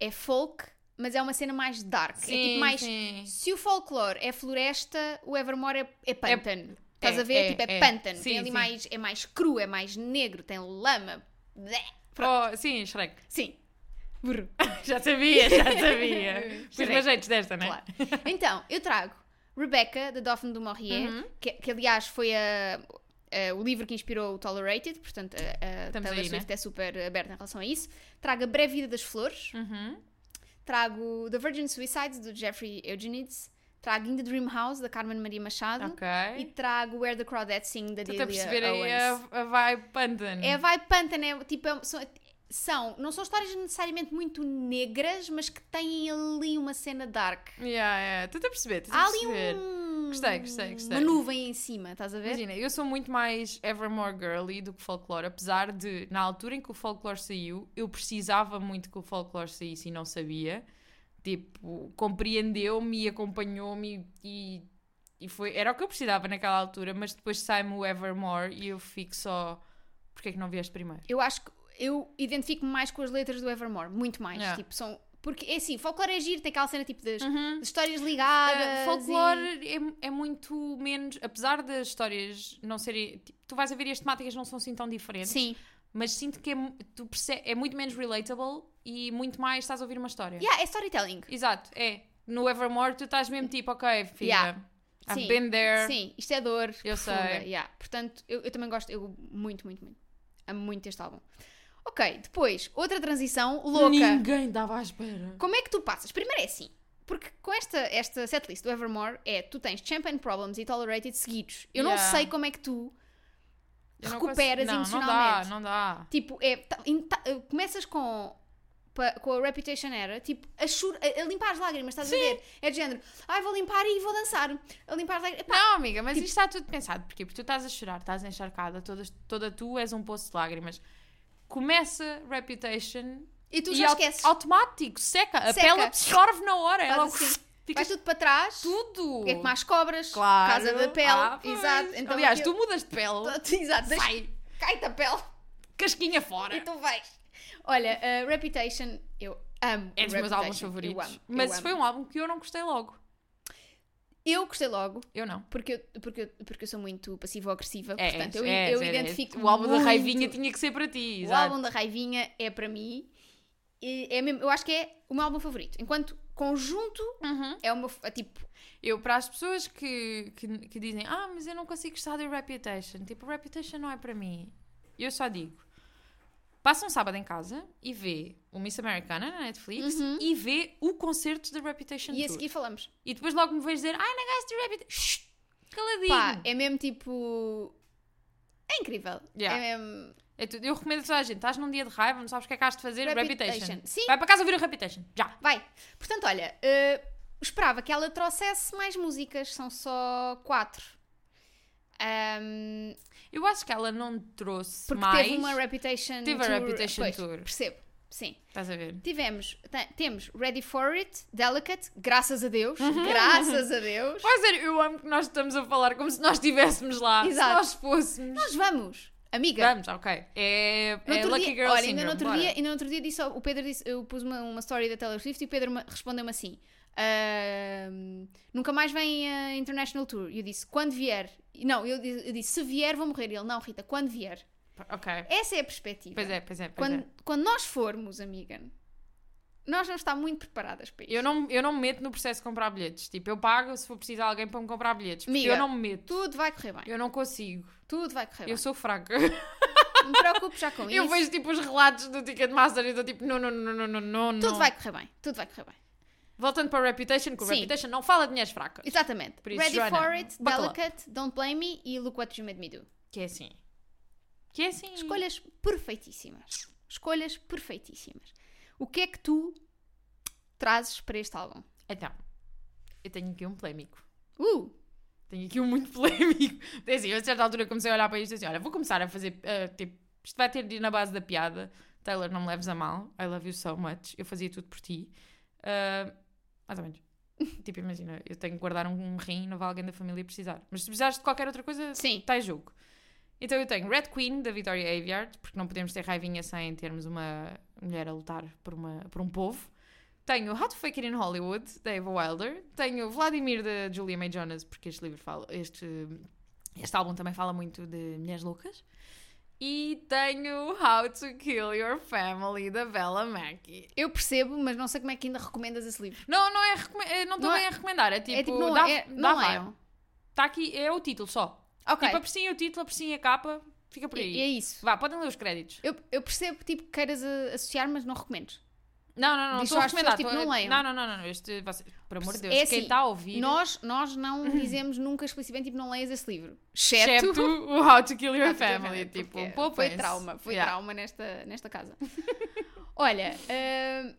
B: É folk, mas é uma cena mais dark. é tipo mais.
A: sim.
B: Se o folclore é floresta, o Evermore é, é pântano. Estás
A: é,
B: a ver?
A: é,
B: tipo, é,
A: é.
B: pântano.
A: Sim,
B: tem ali
A: sim.
B: mais, é mais cru, é mais negro, tem lama. Blé.
A: Oh, sim, Shrek.
B: Sim,
A: Burro. já sabia, já sabia. Os
B: Shrek.
A: meus jeitos desta, não é?
B: Claro. Então, eu trago Rebecca, da Daphne du Maurier,
A: Uhum.
B: que, que, aliás foi a- a- o livro que inspirou o Tolerated, portanto a, a
A: Estamos
B: Taylor
A: aí, né?
B: Swift é super aberta em relação a isso. Trago A Breve Vida das Flores,
A: Uhum.
B: trago The Virgin Suicides, do Jeffrey Eugenides, trago In the Dream House, da Carmen Maria Machado,
A: Ok.
B: e trago Where the Crawdads Sing, da
A: Estou a
B: Delia
A: perceber aí a,
B: Owens.
A: a vibe Pandan.
B: É, vai pântano, é, tipo, é- são, são- não são histórias necessariamente muito negras, mas que têm ali uma cena dark.
A: Yeah, yeah. Estou a perceber, estou a
B: Há ali
A: perceber.
B: um...
A: Gostei, gostei, gostei.
B: Uma nuvem em cima, estás a ver?
A: Imagina, eu sou muito mais Evermore Girly do que folclore, apesar de, na altura em que o folclore saiu, eu precisava muito que o folclore saísse e não sabia. Tipo, compreendeu-me e acompanhou-me e, e foi. Era o que eu precisava naquela altura, mas depois sai-me o Evermore e eu fico só. Porquê é que não vieste primeiro?
B: Eu acho que eu identifico-me mais com as letras do Evermore, muito mais.
A: Yeah.
B: Tipo, são... Porque é assim, folclore é giro, tem aquela cena tipo das,
A: Uhum.
B: das histórias
A: Uh,
B: ligadas. e-
A: folclore é, é muito menos. Apesar das histórias não serem. tipo, tu vais a ver e as temáticas não são assim tão diferentes.
B: Sim.
A: mas sinto que é, mu- tu perce- é muito menos relatable e muito mais estás a ouvir uma história.
B: Yeah, é storytelling.
A: Exato, é. No Evermore tu estás mesmo tipo, ok, filha,
B: Yeah.
A: I've
B: Sim.
A: been there.
B: Sim, isto é dor.
A: Eu
B: profunda,
A: sei.
B: yeah. Portanto, eu, eu também gosto, eu muito, muito, muito. Amo muito este álbum. Ok, depois, outra transição louca.
A: Ninguém dava à espera.
B: Como é que tu passas? Primeiro é assim, porque com esta, esta setlist do Evermore é tu tens Champagne Problems e Tolerated seguidos. Eu não
A: Yeah.
B: sei como é que tu
A: Eu não
B: recuperas
A: consigo- não,
B: emocionalmente.
A: Não dá, não dá.
B: Tipo, é, tá- em- tá- eh, começas com, pa- com a Reputation Era, tipo, a, chur, a, a limpar as lágrimas, estás a ver? É de género, ai vou limpar e vou dançar. A limpar as lágrimas. Epá, tipo,
A: Não, amiga, mas isto está tudo pensado. Porquê? Porque tipo, tu estás a chorar, estás encharcada, toda, toda tu és um poço de lágrimas. Começa Reputation
B: e tu
A: e
B: já
A: au-
B: esqueces.
A: automático, seca. A
B: Seca.
A: pele absorve na hora.
B: Faz
A: Ela
B: assim.
A: fica
B: Vais tudo para trás.
A: tudo.
B: É como as cobras,
A: Claro.
B: casa da pele.
A: Ah, pois.
B: exato. Então,
A: Aliás,
B: aquilo-
A: tu mudas de pele.
B: Exato, deixa- Então,
A: Sai.
B: cai-te a pele.
A: casquinha fora.
B: E tu vais. Olha, a Reputation, eu amo.
A: É dos meus
B: Reputation.
A: álbuns favoritos.
B: Eu amo.
A: Mas
B: eu amo.
A: foi um álbum que eu não gostei logo.
B: Eu gostei logo,
A: Eu não.
B: porque eu, porque eu, porque eu sou muito passiva-agressiva.
A: É,
B: portanto, eu,
A: é,
B: eu
A: é, é.
B: identifico.
A: O álbum
B: muito-
A: da Raivinha tinha que ser para ti.
B: O
A: exato.
B: álbum da Raivinha é para mim. e É mesmo, eu acho que é o meu álbum favorito. Enquanto conjunto
A: Uhum.
B: é o meu. é tipo,
A: Eu, para as pessoas que, que, que dizem, ah, mas eu não consigo gostar do Reputation, tipo, Reputation não é para mim. Eu só digo, passa um sábado em casa e vê o Miss Americana na Netflix
B: Uhum.
A: e vê o concerto da Reputation
B: e a
A: Tour.
B: seguir falamos.
A: E depois logo me vais dizer, ai, não gosto de Reputation. Caladinho.
B: Pá, é mesmo tipo. É incrível.
A: Yeah.
B: É mesmo.
A: É tudo. Eu recomendo a toda a gente. Estás num dia de raiva, não sabes o que é que has de fazer. Reputation.
B: Reputation. Sim.
A: Vai para casa ouvir o Reputation. Já.
B: Vai. Portanto, olha, eh, esperava que ela trouxesse mais músicas, são só quatro. Ahm,
A: Eu acho que ela não trouxe
B: porque
A: mais.
B: teve uma Reputation
A: Teve a
B: Tour.
A: Reputation
B: pois,
A: Tour.
B: Percebo, sim.
A: Estás a ver?
B: Tivemos, te- temos Ready for It, Delicate, graças a Deus,
A: Uhum.
B: graças a Deus.
A: Pois é, eu amo que nós estamos a falar como se nós estivéssemos lá.
B: Exato.
A: Se nós fôssemos.
B: Nós vamos, amiga.
A: Vamos, ok. É,
B: No
A: é
B: outro
A: Lucky
B: dia-
A: Girl
B: olha, ainda
A: Syndrome.
B: no outro
A: bora.
B: dia, ainda no outro dia disse, ao- o Pedro disse, eu pus uma, uma story da Taylor Swift e o Pedro ma- respondeu-me assim: "Ahm, Nunca mais vem a International Tour. E eu disse: Quando vier. Não, eu, di- eu disse: Se vier, vou morrer. E ele: Não, Rita, quando vier.
A: Ok.
B: Essa é a perspectiva.
A: Pois é, pois é, pois
B: Quando,
A: é.
B: quando nós formos, amiga, nós não estamos muito preparadas para isso.
A: Eu não, eu não me meto no processo de comprar bilhetes. Tipo, eu pago se for preciso de alguém para me comprar bilhetes. Porque
B: Amiga,
A: eu não me meto.
B: Tudo vai correr bem.
A: Eu não consigo.
B: Tudo vai correr
A: Eu
B: bem.
A: sou fraca.
B: Não me preocupo já com
A: Eu
B: isso.
A: vejo tipo os relatos do Ticketmaster e estou tipo, não, não, não, não, não, não.
B: Tudo
A: não.
B: vai correr bem. Tudo vai correr bem.
A: Voltando para Reputation, que o
B: Sim.
A: Reputation não fala de mulheres fracas.
B: Exatamente.
A: Por isso,
B: Ready
A: Joana,
B: for It,
A: buckle up.
B: Delicate, Don't Blame Me e Look What You Made Me Do.
A: Que é assim. Que é assim.
B: Escolhas perfeitíssimas. Escolhas perfeitíssimas. O que é que tu trazes para este álbum?
A: Então, eu tenho aqui um polémico.
B: Uh!
A: Tenho aqui um muito polémico. É assim, eu a certa altura comecei a olhar para isto e assim, olha, vou começar a fazer, eh, tipo, Isto vai ter de ir na base da piada. Taylor, não me leves a mal. I love you so much. Eu fazia tudo por ti. Ah, mais ou menos. Tipo, imagina, eu tenho que guardar um rim, não vai alguém da família precisar. Mas se precisares de qualquer outra coisa,
B: Sim.
A: está tá em jogo. Então eu tenho Red Queen, da Victoria Aveyard, porque não podemos ter raivinha sem termos uma mulher a lutar por, uma, por um povo. Tenho How to Fake It in Hollywood, da Eva Wilder. Tenho Vladimir, da Julia May Jonas, porque este livro fala... Este, este álbum também fala muito de mulheres loucas. E tenho How to Kill Your Family, da Bella Mackey.
B: Eu percebo, mas não sei como é que ainda recomendas esse livro.
A: Não, não é recome- eh, não estou
B: Não é-
A: bem a recomendar, é tipo,
B: é tipo, não,
A: dá,
B: é,
A: dá
B: não
A: vibe.
B: leiam.
A: Está aqui, é o título só.
B: Ok,
A: Tipo, apreciem o título, apreciem a capa, fica por
B: e-
A: aí.
B: e é isso.
A: Vá, podem ler os créditos.
B: Eu, eu percebo tipo, que queiras a- associar, mas não recomendes.
A: Não, não, não,
B: Diz
A: estou a
B: só às pessoas,
A: recomendar.
B: tipo,
A: estou a-
B: não leiam.
A: Não, não, não, não, este, você, por amor de Deus,
B: É
A: quem
B: assim,
A: está a ouvir,
B: Nós, nós não
A: Uhum.
B: dizemos nunca explicitamente, tipo, não leias esse livro. Exceto,
A: excepto o How to Kill Your
B: Porque
A: Family, tipo,
B: foi
A: poupem-se.
B: trauma, foi
A: Yeah.
B: trauma nesta, nesta casa. Olha, hum,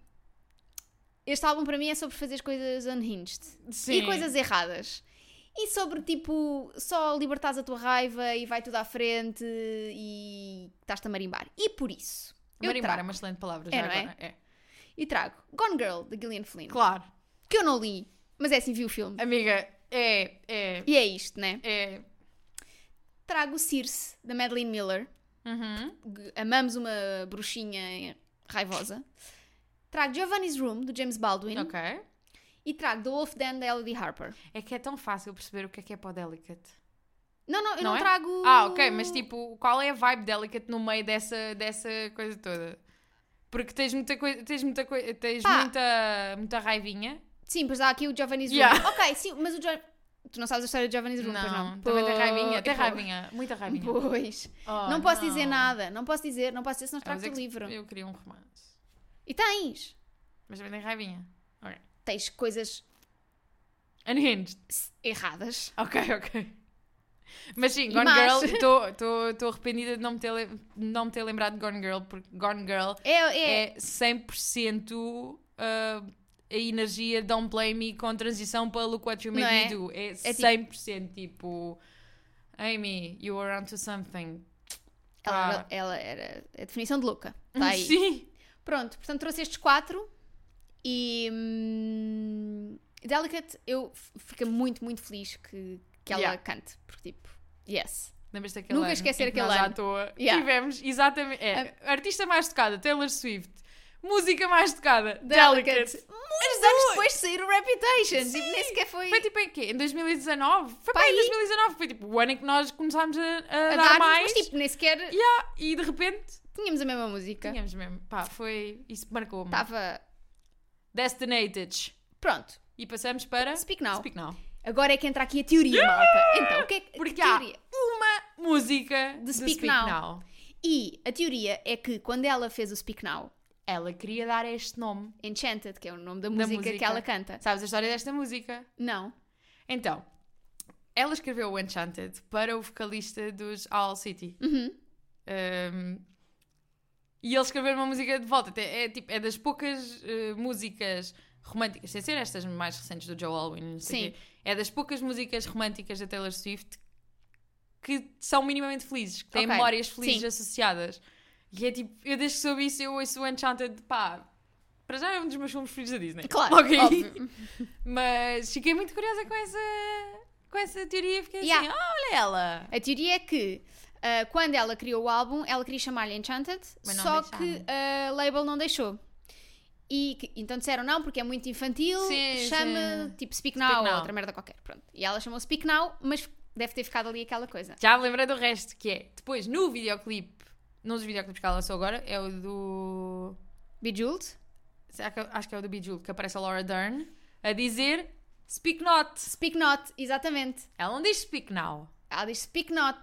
B: este álbum para mim é sobre fazer coisas unhinged
A: Sim.
B: e coisas erradas. E sobre tipo, só libertares a tua raiva e vai tudo à frente e estás-te a marimbar. E por isso, eu
A: Marimbar é
B: trago,
A: uma excelente palavra,
B: É,
A: já
B: não é?
A: agora. É.
B: e trago Gone Girl, de Gillian Flynn,
A: Claro.
B: que eu não li, mas é assim, vi o filme.
A: Amiga, é, é,
B: E é isto, né?
A: é...
B: Trago Circe, da Madeleine Miller.
A: Uhum.
B: amamos uma bruxinha raivosa. Trago Giovanni's Room, do James Baldwin.
A: Ok.
B: E trago The Wolf Den, da Elodie Harper.
A: É que é tão fácil perceber o que é que é para o Delicate.
B: Não, não, eu
A: Não
B: não,
A: é?
B: trago...
A: Ah, ok, mas tipo, qual é a vibe delicate no meio dessa, dessa coisa toda? Porque tens muita coisa, tens muita coisa, tens
B: Pá.
A: muita, muita raivinha.
B: Sim, pois há aqui o Giovanni's
A: Yeah.
B: Room. Ok, sim, mas o Jo... Tu não sabes a história do Giovanni's Room, pois não?
A: também tem
B: Pois,
A: raivinha, tem
B: pois.
A: raivinha, muita raivinha.
B: Pois.
A: Oh,
B: não posso dizer nada, não posso dizer, não posso dizer, senão
A: Ah, mas
B: trago-te
A: é
B: o
A: que
B: livro.
A: Eu queria um romance.
B: E tens.
A: Mas também tem raivinha.
B: Tens coisas
A: Unhinged.
B: erradas.
A: Ok, ok. Mas sim,
B: E
A: Gone
B: mas-
A: Girl, estou arrependida de não me, ter, le- não me ter lembrado de Gone Girl, porque Gone Girl
B: É, é,
A: é 100% ah, a energia Don't Blame Me com transição para Look What You Made
B: Não
A: Me
B: é?
A: Do. É
B: tipo-
A: 100% tipo Amy, you were onto something.
B: Ela,
A: pá.
B: ela era a definição de louca. Tá aí.
A: Sim.
B: Pronto, portanto trouxe estes quatro e hum, Delicate, eu f- fico muito, muito feliz que, que ela
A: Yeah.
B: cante, porque tipo, yes.
A: Lembras daquele
B: Nunca
A: ano
B: esquecer
A: em que
B: aquele
A: nós
B: ano.
A: à toa
B: Yeah.
A: tivemos exatamente. É, artista mais tocada, Taylor Swift. Música mais tocada,
B: Muitos
A: Delicate.
B: anos depois de sair o Reputation, tipo, nem sequer foi.
A: Foi tipo em quê? Em 2019? Foi
B: Pá,
A: para em
B: aí.
A: 2019. Foi tipo o ano em que nós começámos a, a
B: a
A: dar
B: dar-nos,
A: mais.
B: mas tipo, nem sequer
A: Yeah, e de repente
B: tínhamos a mesma música.
A: tínhamos mesmo. Pá, foi. Isso marcou-me.
B: Estava.
A: Destinated.
B: Pronto,
A: E passamos para
B: Speak Now.
A: Speak Now.
B: Agora é que entra aqui a teoria, malta. Então, o que é que.
A: Porque
B: que
A: há-
B: teoria?
A: Música de Speak,
B: Speak
A: Now.
B: Now. E a teoria é que quando ela fez o Speak Now,
A: Ela queria dar este nome.
B: Enchanted, que é o nome da
A: Da
B: música,
A: música.
B: que ela canta.
A: Sabes a história desta música?
B: Não.
A: Então, ela escreveu o Enchanted para o vocalista dos All City.
B: Uhum.
A: Um, e ele escreveu uma música de volta. É, é tipo, é das poucas eh, músicas românticas, sem ser estas mais recentes do Joe Alwyn, não sei
B: Sim.
A: quê, é das poucas músicas românticas da Taylor Swift que são minimamente felizes, que têm
B: Ok,
A: memórias felizes
B: sim.
A: associadas. E é tipo, eu desde que soube isso, eu ouço o Enchanted, pá, para já é um dos meus filmes felizes da Disney.
B: Claro,
A: Logo aí.
B: óbvio.
A: Mas fiquei muito curiosa com essa, com essa teoria. Fiquei
B: Yeah.
A: assim, "Ah, olha ela.
B: A teoria é que ah, quando ela criou o álbum, ela queria chamar-lhe Enchanted,
A: Mas não
B: só
A: deixaram.
B: que ah, a label não deixou. E que- então disseram não, porque é muito infantil,
A: Sim,
B: chama
A: sim.
B: tipo Speak Now
A: Now.
B: ou outra merda qualquer. Pronto. E ela chamou Speak Now, mas deve ter ficado ali aquela coisa.
A: Já me lembrei do resto, que é depois no videoclipe, num dos videoclipes que ela lançou agora, é o do.
B: Bejeweled,
A: será que- Acho que é o do Bijul, que aparece a Laura Dern a dizer Speak Not.
B: Speak Not, exatamente.
A: Ela não diz Speak Now.
B: Ela diz Speak Not.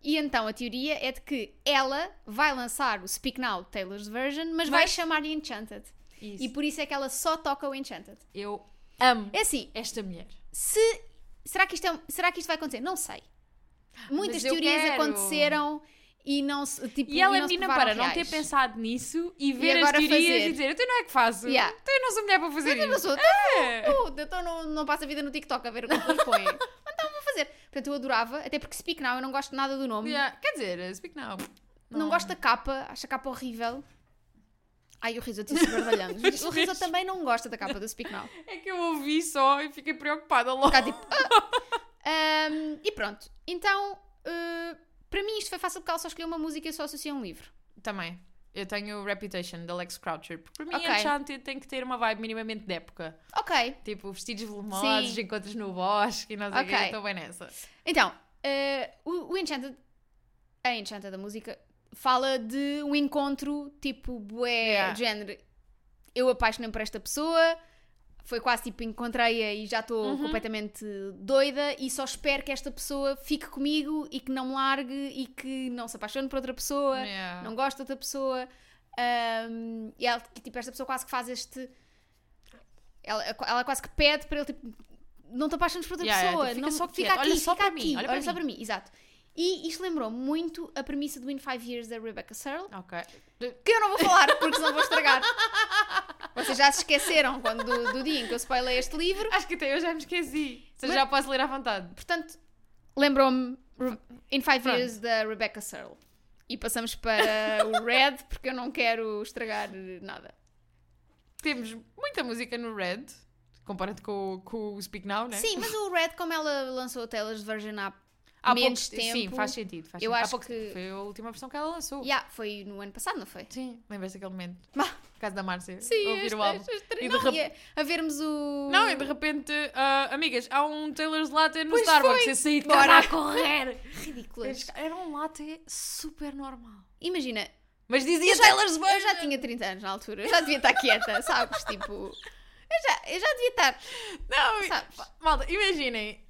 B: E então a teoria é de que ela vai lançar o Speak Now Taylor's Version, mas, vai
A: Mas-
B: chamar-lhe Enchanted.
A: Isso.
B: E por isso é que ela só toca o Enchanted.
A: Eu amo
B: É assim,
A: esta mulher.
B: se será que isto, é um- será que isto vai acontecer? Não sei. Muitas
A: Mas eu
B: teorias
A: quero.
B: aconteceram e não se tipo,
A: E ela é
B: não se
A: menina
B: provaram
A: para não ter
B: reais.
A: pensado nisso e ver as
B: agora
A: teorias
B: fazer.
A: e dizer, eu não é que faço.
B: Yeah.
A: Então eu não sou mulher para fazer
B: Eu não
A: isso.
B: sou,
A: É.
B: puta, então não, não passo a vida no TikTok a ver o que as pessoas põem. então vou fazer. Portanto, eu adorava, até porque Speak Now eu não gosto nada do nome.
A: Yeah, Quer dizer, Speak Now.
B: Não, gosto da capa, acho a capa horrível. Ai, o risoto disse bardalhamos. o risoto também não gosta da capa do Speak Now.
A: É que eu ouvi só e fiquei preocupada logo.
B: Ficar tipo. "Ah!" Um, e pronto. Então, uh, para mim isto foi fácil porque ela só escolheu uma música e eu só associei um livro.
A: Também. Eu tenho Reputation, da Lex Croucher. Porque para mim,
B: Ok.
A: Enchanted tem que ter uma vibe minimamente de época.
B: Ok.
A: Tipo, vestidos volumosos,
B: Sim.
A: encontros no bosque e não sei o quê.
B: Ok.
A: Eu Estou bem nessa.
B: Então, eh, o, o Enchanted, a Enchanted da música, fala de um encontro tipo bué,
A: Yeah.
B: de género. Eu apaixonei-me por esta pessoa, foi quase tipo encontrei-a e já estou
A: Uhum.
B: completamente doida e só espero que esta pessoa fique comigo e que não me largue e que não se apaixone por outra pessoa,
A: Yeah.
B: não goste de outra pessoa. Ahm, e ela, e, tipo, esta pessoa quase que faz este. Ela, ela quase que pede para ele, tipo, não te apaixones por outra
A: Yeah, yeah,
B: pessoa,
A: tipo,
B: não,
A: fica só
B: fica
A: quieto,
B: aqui,
A: olha só
B: fica
A: para
B: aqui,
A: mim, olha para
B: só
A: mim.
B: para mim, exato. E isto lembrou muito a premissa do In Five Years da Rebecca Searle,
A: Ok.
B: que eu não vou falar porque senão vou estragar. Vocês já se esqueceram quando, do, do dia em que eu spoilei este livro,
A: Acho que até eu já me esqueci. Ou seja,
B: Mas-
A: já posso ler à vontade.
B: portanto, lembrou-me Re- In Five
A: Pronto.
B: Years da Rebecca Searle. E passamos para o Red, porque eu não quero estragar nada.
A: Temos muita música no Red, comparando com, o- com o Speak Now, né?
B: Sim, mas o Red, como ela lançou telas de Virgin App
A: Há
B: menos
A: pouco-
B: tempo.
A: Sim, faz sentido. Faz
B: Eu
A: sentido. Há
B: acho
A: pouco
B: que-
A: Foi a última versão que ela lançou.
B: Yeah, foi no ano passado, não foi?
A: Sim, lembras daquele momento?
B: Bah.
A: Por causa da Márcia.
B: Sim,
A: ouvir
B: este-
A: o álbum.
B: este- este-
A: E de
B: não,
A: rep-
B: e é a, a vermos o.
A: Não, e de repente, ah, amigas, há um Taylor's Latte no
B: Pois
A: Starbucks.
B: foi.
A: Eu saí de
B: Bora.
A: casa a correr.
B: Ridículas.
A: Era um latte super normal.
B: Imagina,
A: Mas dizia
B: eu já,
A: Taylor's
B: eu já
A: Version.
B: tinha 30 anos na altura, eu já devia estar quieta, sabes? Tipo. Eu já, eu já devia estar.
A: Não,
B: Sabes?
A: malta, imaginem.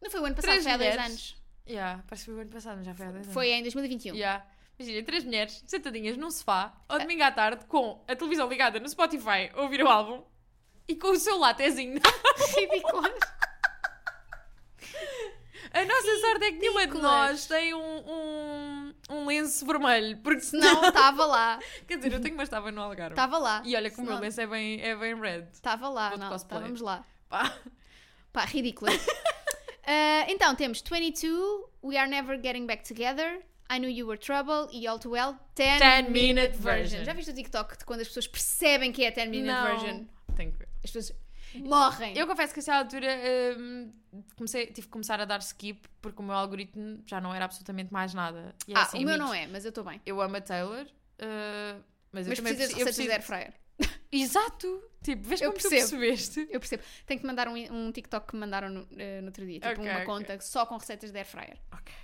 B: Não foi o ano passado,
A: Três
B: foi há dois
A: mulheres.
B: anos.
A: Yeah, parece que foi o ano passado, mas já foi há dois anos.
B: Foi em 2021.
A: Yeah. Imaginem, três mulheres sentadinhas num sofá, ao domingo à tarde, com a televisão ligada no Spotify, a ouvir o álbum e com o seu latezinho.
B: Ridículas.
A: A nossa sorte é que nenhuma de
B: Ridículas.
A: nós tem um, um, um lenço vermelho, porque senão.
B: Não, estava lá.
A: Quer dizer, eu tenho, mas estava no Algarve.
B: Estava lá.
A: E olha que o meu
B: Senão-
A: lenço é bem, é bem red.
B: Estava lá,
A: Vou de
B: não.
A: cosplay.
B: Estávamos lá.
A: Pá.
B: Pá, ridícula. Ah, então, temos 22, We Are Never Getting Back Together, I Knew You Were Trouble e All Too Well, 10,
A: 10
B: Minute
A: minute
B: Version.
A: version.
B: Já viste o TikTok de quando as pessoas percebem que é 10 Minute
A: Não.
B: Version?
A: Tenho que ver.
B: As pessoas morrem.
A: Eu confesso que a essa altura hum, comecei, tive que começar a dar skip porque o meu algoritmo já não era absolutamente mais nada. E é
B: ah,
A: assim,
B: o meu
A: amigos,
B: não é, mas eu estou bem.
A: Eu amo a Taylor, uh, mas, eu
B: Mas
A: também
B: precisas de
A: preciso, eu
B: receitas de
A: preciso...
B: air fryer.
A: Exato! Tipo, vês
B: Eu
A: como tu
B: percebo.
A: percebeste.
B: Eu percebo. Tenho que mandar um, um TikTok que me mandaram no, eh, no outro dia. Tipo,
A: Ok,
B: uma
A: ok.
B: conta só com receitas de air fryer.
A: Ok.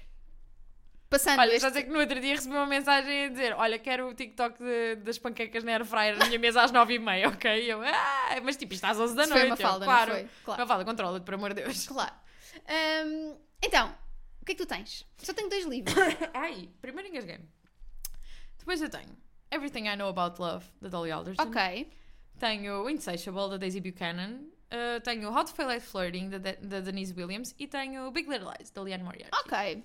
B: Passando
A: Olha,
B: este...
A: já sei que no outro dia recebi uma mensagem a dizer: Olha, quero o TikTok de- das panquecas na Airfryer na minha mesa às 9h30, ok? E eu, ah, mas tipo, isto às 11 da
B: se
A: noite.
B: foi uma
A: eu,
B: falda,
A: claro.
B: não foi? Claro.
A: Uma falda, controla-te, por amor de Deus.
B: claro. Ahm, então, o que é que tu tens? Só tenho dois livros.
A: Ai, É primeiro engasguei-me. Depois eu tenho Everything I Know About Love, da Dolly Alderton.
B: ok.
A: Tenho Insatiable, da Daisy Buchanan. Uh, tenho How to Fail at Flirting, da, De- da Denise Williams. E tenho Big Little Lies, da Leanne Moriarty.
B: Ok.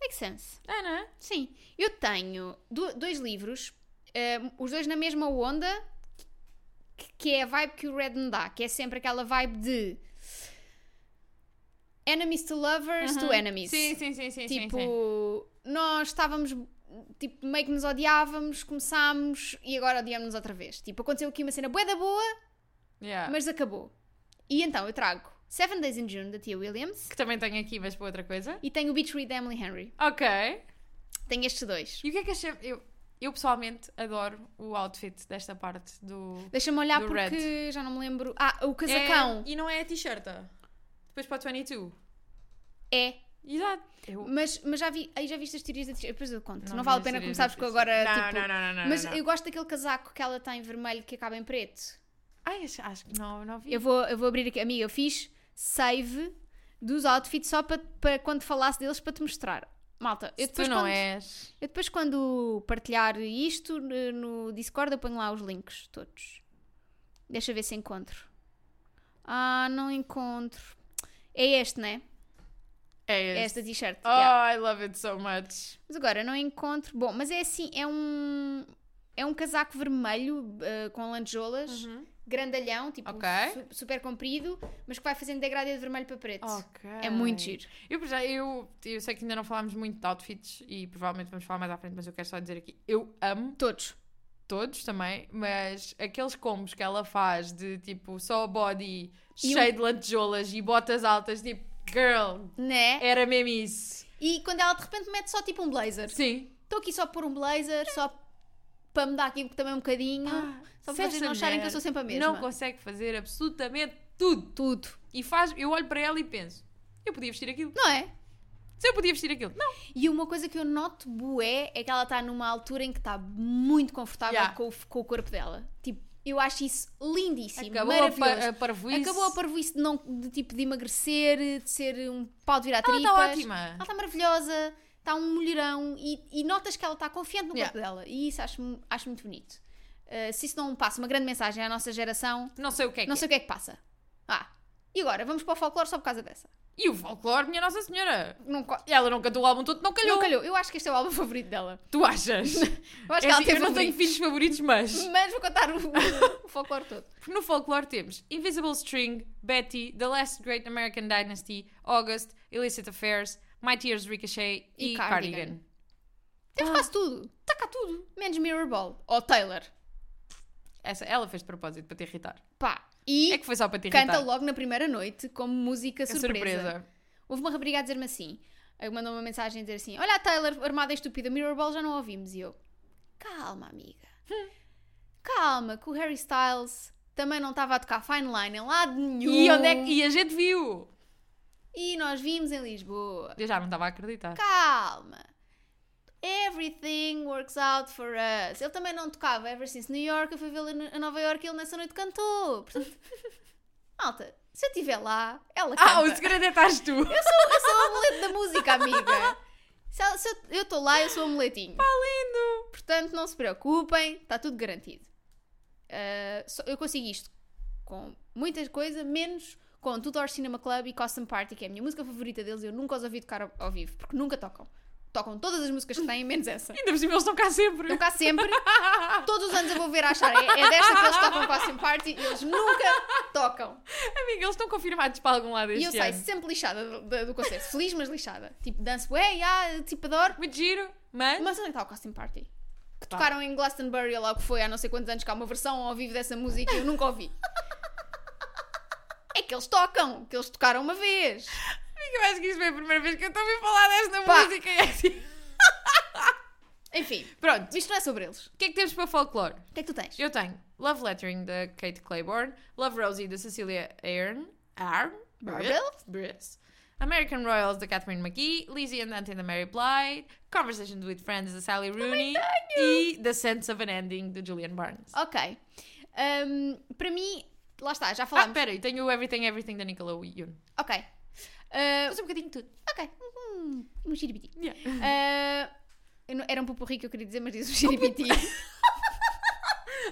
B: Make sense.
A: Ah, não é?
B: Sim. Eu tenho do- dois livros, ehm, os dois na mesma onda, que, que é a vibe que o Red me dá, que é sempre aquela vibe de enemies to lovers to enemies.
A: Sim, sim, sim, sim.
B: tipo,
A: sim, sim.
B: nós estávamos. Tipo, meio que nos odiávamos, começámos e agora odiamos-nos outra vez. Tipo, aconteceu aqui uma cena bué da boa,
A: Yeah.
B: mas acabou. E então eu trago Seven Days in June, da Tia Williams,
A: Que também tenho aqui, mas para outra coisa.
B: e tenho o Beach Read da Emily Henry.
A: Ok.
B: Tenho estes dois.
A: E o que é que achei? Eu, eu pessoalmente adoro o outfit desta parte do.
B: Deixa-me olhar
A: Do
B: porque já não me lembro. Ah, o casacão
A: É- e não é a t-shirt. Depois para o 22.
B: é.
A: Exato. Eu...
B: Mas, mas já vi, aí já viste as teorias da t-shirt. Depois eu conto. Não,
A: vi
B: vale a
A: as
B: pena
A: teorias
B: começarmos
A: da
B: com
A: t-shirt.
B: agora.
A: Não,
B: tipo,
A: não, não, não, não.
B: mas
A: não.
B: eu gosto daquele casaco que ela tem vermelho que acaba em preto.
A: Ai, acho, acho que não, não vi.
B: Eu vou, eu vou abrir aqui. Amiga, eu fiz save dos outfits só para, para quando falasse deles para te mostrar. Malta, eu
A: Se tu
B: depois,
A: não é,
B: quando,
A: és.
B: eu depois quando partilhar isto eh, no Discord eu ponho lá os links todos. Deixa eu ver se encontro. Ah, não encontro. É este, né?
A: É
B: É
A: este.
B: esta t-shirt.
A: Oh,
B: yeah.
A: I love it so much.
B: Mas agora não encontro. Bom, mas é assim, é um é um casaco vermelho eh, com lantejoulas grandalhão, tipo
A: Uhum. Ok.
B: su- super comprido, mas que vai fazendo degradê de vermelho para preto.
A: Ok.
B: É muito giro.
A: Eu, por já, eu, eu sei que ainda não falámos muito de outfits e provavelmente vamos falar mais à frente, mas eu quero só dizer aqui: eu amo
B: Todos.
A: todos também, mas aqueles combos que ela faz de tipo só
B: E
A: body cheio de lantejoulas e botas altas, tipo, girl,
B: Né?
A: era mesmo isso.
B: E quando ela de repente mete só tipo um blazer.
A: Sim.
B: Estou aqui só por um blazer, só para me dar aqui também um bocadinho.
A: Ah.
B: só para
A: se
B: vocês
A: essa
B: não acharem que
A: mulher
B: eu sou sempre a mesma.
A: Não consegue fazer absolutamente tudo.
B: Tudo.
A: E faz, eu olho para ela e penso: eu podia vestir aquilo.
B: Não é?
A: Se eu podia vestir aquilo. Não.
B: E uma coisa que eu noto bué é que ela está numa altura em que está muito confortável
A: Yeah.
B: com, o, com o corpo dela. Tipo, eu acho isso lindíssimo,
A: Acabou a,
B: maravilhoso.
A: pa- a parvoíce.
B: Acabou a parvoíce de, não, de tipo de emagrecer, de ser um pau de virar
A: Ela
B: tripas.
A: está ótima.
B: Ela tá- está maravilhosa, está um mulherão e, e notas que ela está confiante no
A: Yeah.
B: corpo dela. E isso acho, mu- acho muito bonito. Uh, se isso não passa uma grande mensagem à nossa geração,
A: Não sei o que é que
B: não
A: é.
B: sei o que é que passa. Ah, e agora? Vamos para o folclore só por causa dessa.
A: E o folclore, minha Nossa Senhora.
B: Não, co-
A: Ela não cantou o álbum todo, não calhou.
B: não calhou. Eu acho que este é o álbum favorito dela.
A: Tu achas?
B: Eu acho
A: É
B: que ela
A: assim,
B: teve
A: eu não
B: um
A: tenho filhos favoritos, mas.
B: Mas vou contar o, o folclore todo.
A: Porque no folclore temos Invisible String, Betty, The Last Great American Dynasty, August, Illicit Affairs, My Tears Ricochet e,
B: E Cardigan.
A: Cardigan.
B: Teve
A: Ah.
B: quase tudo. Está cá tudo. Menos Mirror Ball. Ou Taylor.
A: Essa, ela fez de propósito para te irritar.
B: Pá. E
A: é que foi É só para te irritar.
B: canta logo na primeira noite como música
A: Que
B: surpresa. Houve uma rapariga a dizer-me assim. eh, Mandou-me uma mensagem a dizer assim: Olha a Taylor, armada e estúpida, Mirror Ball já não a ouvimos. E eu: Calma, amiga.
A: Hum.
B: Calma, que o Harry Styles também não estava a tocar Fine Line em lado nenhum.
A: E, onde é que- e a gente viu.
B: E nós vimos em Lisboa.
A: Eu já não estava a acreditar.
B: calma. Everything works out for us. Ele também não tocava ever since New York. Eu fui vê-lo no- a Nova York e ele nessa noite cantou. Portanto, malta, se eu estiver lá, ela canta.
A: Ah, o segredo é estás tu.
B: Eu sou o amuleto da música, amiga. Se, ela- se eu- eu estou lá, eu sou o amuletinho.
A: lindo.
B: Portanto, não se preocupem, está tudo garantido. Ah, só- eu consigo isto com muita coisa, menos com Tudor Cinema Club e Custom Party, que é a minha música favorita deles. Eu nunca os ouvi tocar ao, ao vivo, porque nunca tocam. Tocam todas as músicas que têm, menos essa.
A: Ainda por cima eles estão cá sempre.
B: Estão cá sempre. Todos os anos eu vou ver a achar. É, é desta que eles tocam Custom Party e eles nunca tocam.
A: Amiga, eles estão confirmados para algum lado este
B: E eu saio
A: ano.
B: sempre lixada do, do- do concerto. Feliz, mas lixada. Tipo, danço, ué, ah, tipo, adoro.
A: Muito giro, mas...
B: Mas onde é que está o Costume Party? Que
A: Pá.
B: tocaram em Glastonbury, ou lá o que foi, há não sei quantos anos, que há uma versão ao vivo dessa música e eu nunca ouvi. é que eles tocam, que eles tocaram uma vez.
A: Amiga, eu acho que isto foi a primeira vez que eu estou a ouvir falar desta
B: Pá.
A: música. E é assim.
B: Enfim,
A: Pronto,
B: isto não é sobre eles.
A: o que é que temos para folclore?
B: O que é que tu tens?
A: Eu tenho Love Lettering da Kate Claiborne, Love Rosie da Cecilia Aaron, Aaron
B: Barbell?
A: Briss, American Royals da Catherine McGee, Lizzie and Dante da Mary Blythe, Conversations with Friends da Sally Rooney e The Sense of an Ending da Julian Barnes. Ah,
B: Ok. Hum, para mim, lá está, já
A: Ah,
B: falámos.
A: espera, e tenho o Everything Everything da Nicola Yoon.
B: ok. Ah,
A: Mas um bocadinho de tudo. Uhum.
B: ok. Hum, um giribiti.
A: Yeah.
B: Ah, eu não- era um pupurri que eu queria dizer, mas diz um giribiti.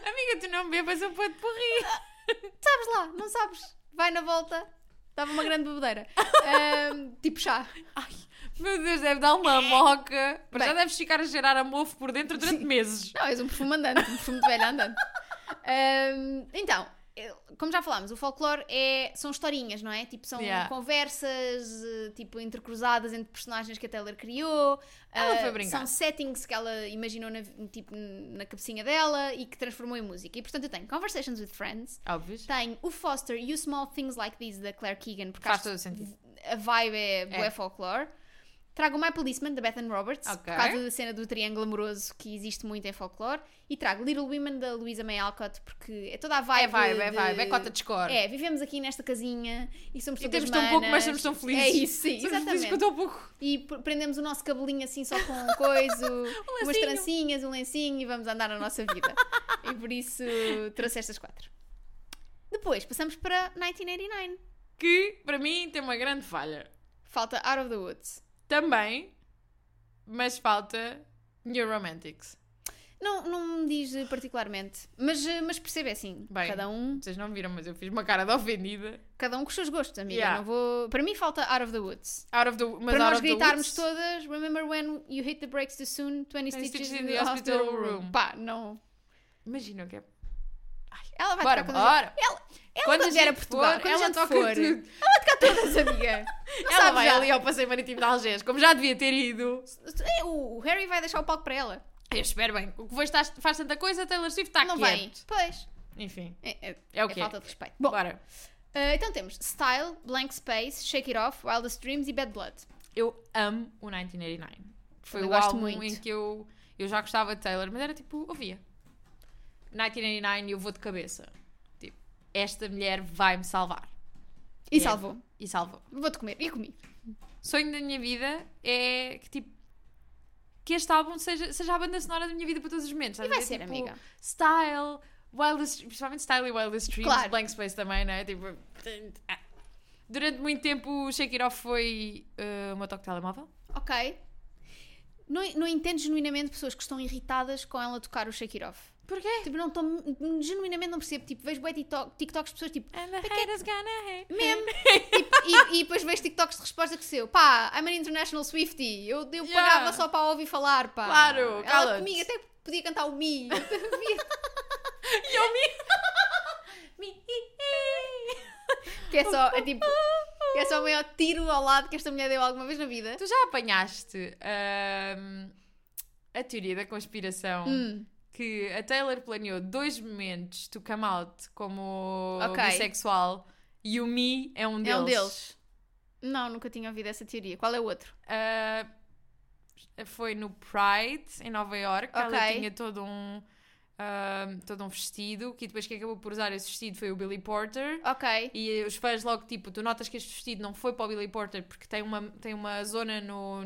A: Amiga, tu não bebas um pão de porri.
B: sabes lá, não sabes. Vai na volta. Dava uma grande bebedeira. Ahm, tipo chá.
A: Meu Deus, deve dar uma moca. Para já
B: Bem.
A: deves ficar a gerar a mofo por dentro durante meses.
B: Não, és um perfume andante, um perfume de velha andante. Ahm, então, eu- como já falámos, o folclore é, são historinhas, não é? Tipo, são
A: Yeah.
B: conversas, eh, tipo, entrecruzadas entre personagens que a Taylor criou.
A: Ela
B: Ah,
A: foi brincar.
B: São settings que ela imaginou na, tipo, na cabecinha dela e que transformou em música. E, portanto, eu tenho Conversations with Friends,
A: Óbvio.
B: tenho o Foster e o Small Things Like These da Claire Keegan, porque
A: Faz
B: acho
A: todo o sentido.
B: a vibe é bué
A: É.
B: folclore. Trago o My Policeman, da Bethan Roberts,
A: Ok.
B: por causa da cena do triângulo amoroso que existe muito em folclore. E trago Little Women, da Louisa May Alcott, porque é toda a vibe.
A: É vibe, é
B: de-
A: vibe, é cota de score.
B: É, vivemos aqui nesta casinha e somos
A: E
B: todas
A: temos tão pouco,
B: manas.
A: mas somos tão felizes.
B: É isso, sim,
A: Somos felizes com
B: exatamente.
A: tão pouco.
B: E p- prendemos o nosso cabelinho assim só com um coiso, umas
A: lencinho.
B: trancinhas, um lencinho e vamos andar na nossa vida. e por isso trouxe estas quatro. Depois passamos para 1989.
A: Que, para mim, tem uma grande falha.
B: Falta Out of the Woods.
A: Também, mas falta New Romantics.
B: Não, não me diz eh, particularmente. Mas, eh, mas percebe assim.
A: Bem.
B: Cada, um,
A: Vocês não viram, mas eu fiz uma cara de ofendida.
B: cada um com os seus gostos, amiga.
A: Yeah.
B: Não vou... Para mim falta Out of the Woods.
A: Out of the,
B: Para
A: mas out
B: nós
A: of the
B: gritarmos
A: Woods,
B: todas Remember when you hit the brakes too soon 20
A: 20
B: stitches
A: stitches
B: in the hospital room. Pá, não.
A: Imagina o que é. Ai,
B: Ela vai
A: Bora,
B: tocar quando a gente-
A: bora!
B: Ela
A: Quando a
B: quando vier a
A: gente
B: Portugal,
A: for,
B: quando ela
A: ela
B: a gente
A: toca
B: for,
A: tudo.
B: ela vai tocar todas, amiga.
A: Ela
B: sabes
A: vai
B: já.
A: ali ao passeio marítimo de Algés, como já devia ter ido.
B: É, O Harry vai deixar o palco para ela.
A: Eu espero bem. O que vais estar- faz tanta coisa, Taylor Swift está
B: não vai.
A: quieta.
B: Pois.
A: Enfim,
B: É, é-
A: é o
B: é
A: que
B: falta de respeito. Bom,
A: Bora.
B: eh, então temos Style, Blank Space, Shake It Off, Wildest Dreams e Bad Blood.
A: Eu amo o 1989. Foi
B: Também
A: o
B: gosto
A: álbum
B: muito.
A: em que eu, eu já gostava de Taylor, mas era tipo, ouvia. 1989 e eu vou de cabeça. Tipo, esta mulher vai-me salvar.
B: E
A: É.
B: salvou.
A: E salvou.
B: Vou-te comer. E comi.
A: Sonho da minha vida é que tipo que este álbum seja, seja a banda sonora da minha vida para todos os momentos.
B: E
A: estás a
B: vai
A: ver?
B: ser,
A: Tipo,
B: amiga.
A: Style, Wildest, principalmente Style e Wildest Dreams,
B: Claro.
A: Blank Space também, não é? Tipo, ah. durante muito tempo o Shake It Off foi eh, o meu toque de telemóvel.
B: Ok. Não, não entendo genuinamente pessoas que estão irritadas com ela tocar o Shake It Off.
A: Porquê?
B: Tipo, não estou. Genuinamente não percebo. Tipo, vejo bué TikTok, TikToks de pessoas tipo.
A: And the haters gonna hate.
B: Mesmo. tipo, e, e depois vejo TikToks de resposta que seu. Pá, I'm an international Swifty. Eu, eu
A: Yeah.
B: pagava só para a ouvir falar, pá.
A: Claro,
B: Ela
A: cala-te.
B: comigo até podia cantar o Mi.
A: E eu me.
B: que é só, é tipo. que é só o maior tiro ao lado que esta mulher deu alguma vez na vida.
A: Tu já apanhaste ahm, a teoria da conspiração
B: Hum.
A: que a Taylor planeou dois momentos to come out como
B: Ok.
A: bissexual e o Me é um deles.
B: É um deles. Não, nunca tinha ouvido essa teoria. Qual é o outro?
A: Ah, foi no Pride em Nova York. Ela
B: Ok.
A: tinha todo um ahm, todo um vestido que depois quem acabou por usar esse vestido foi o Billy Porter.
B: Ok.
A: E os fãs logo, tipo, tu notas que este vestido não foi para o Billy Porter porque tem uma, tem uma zona no.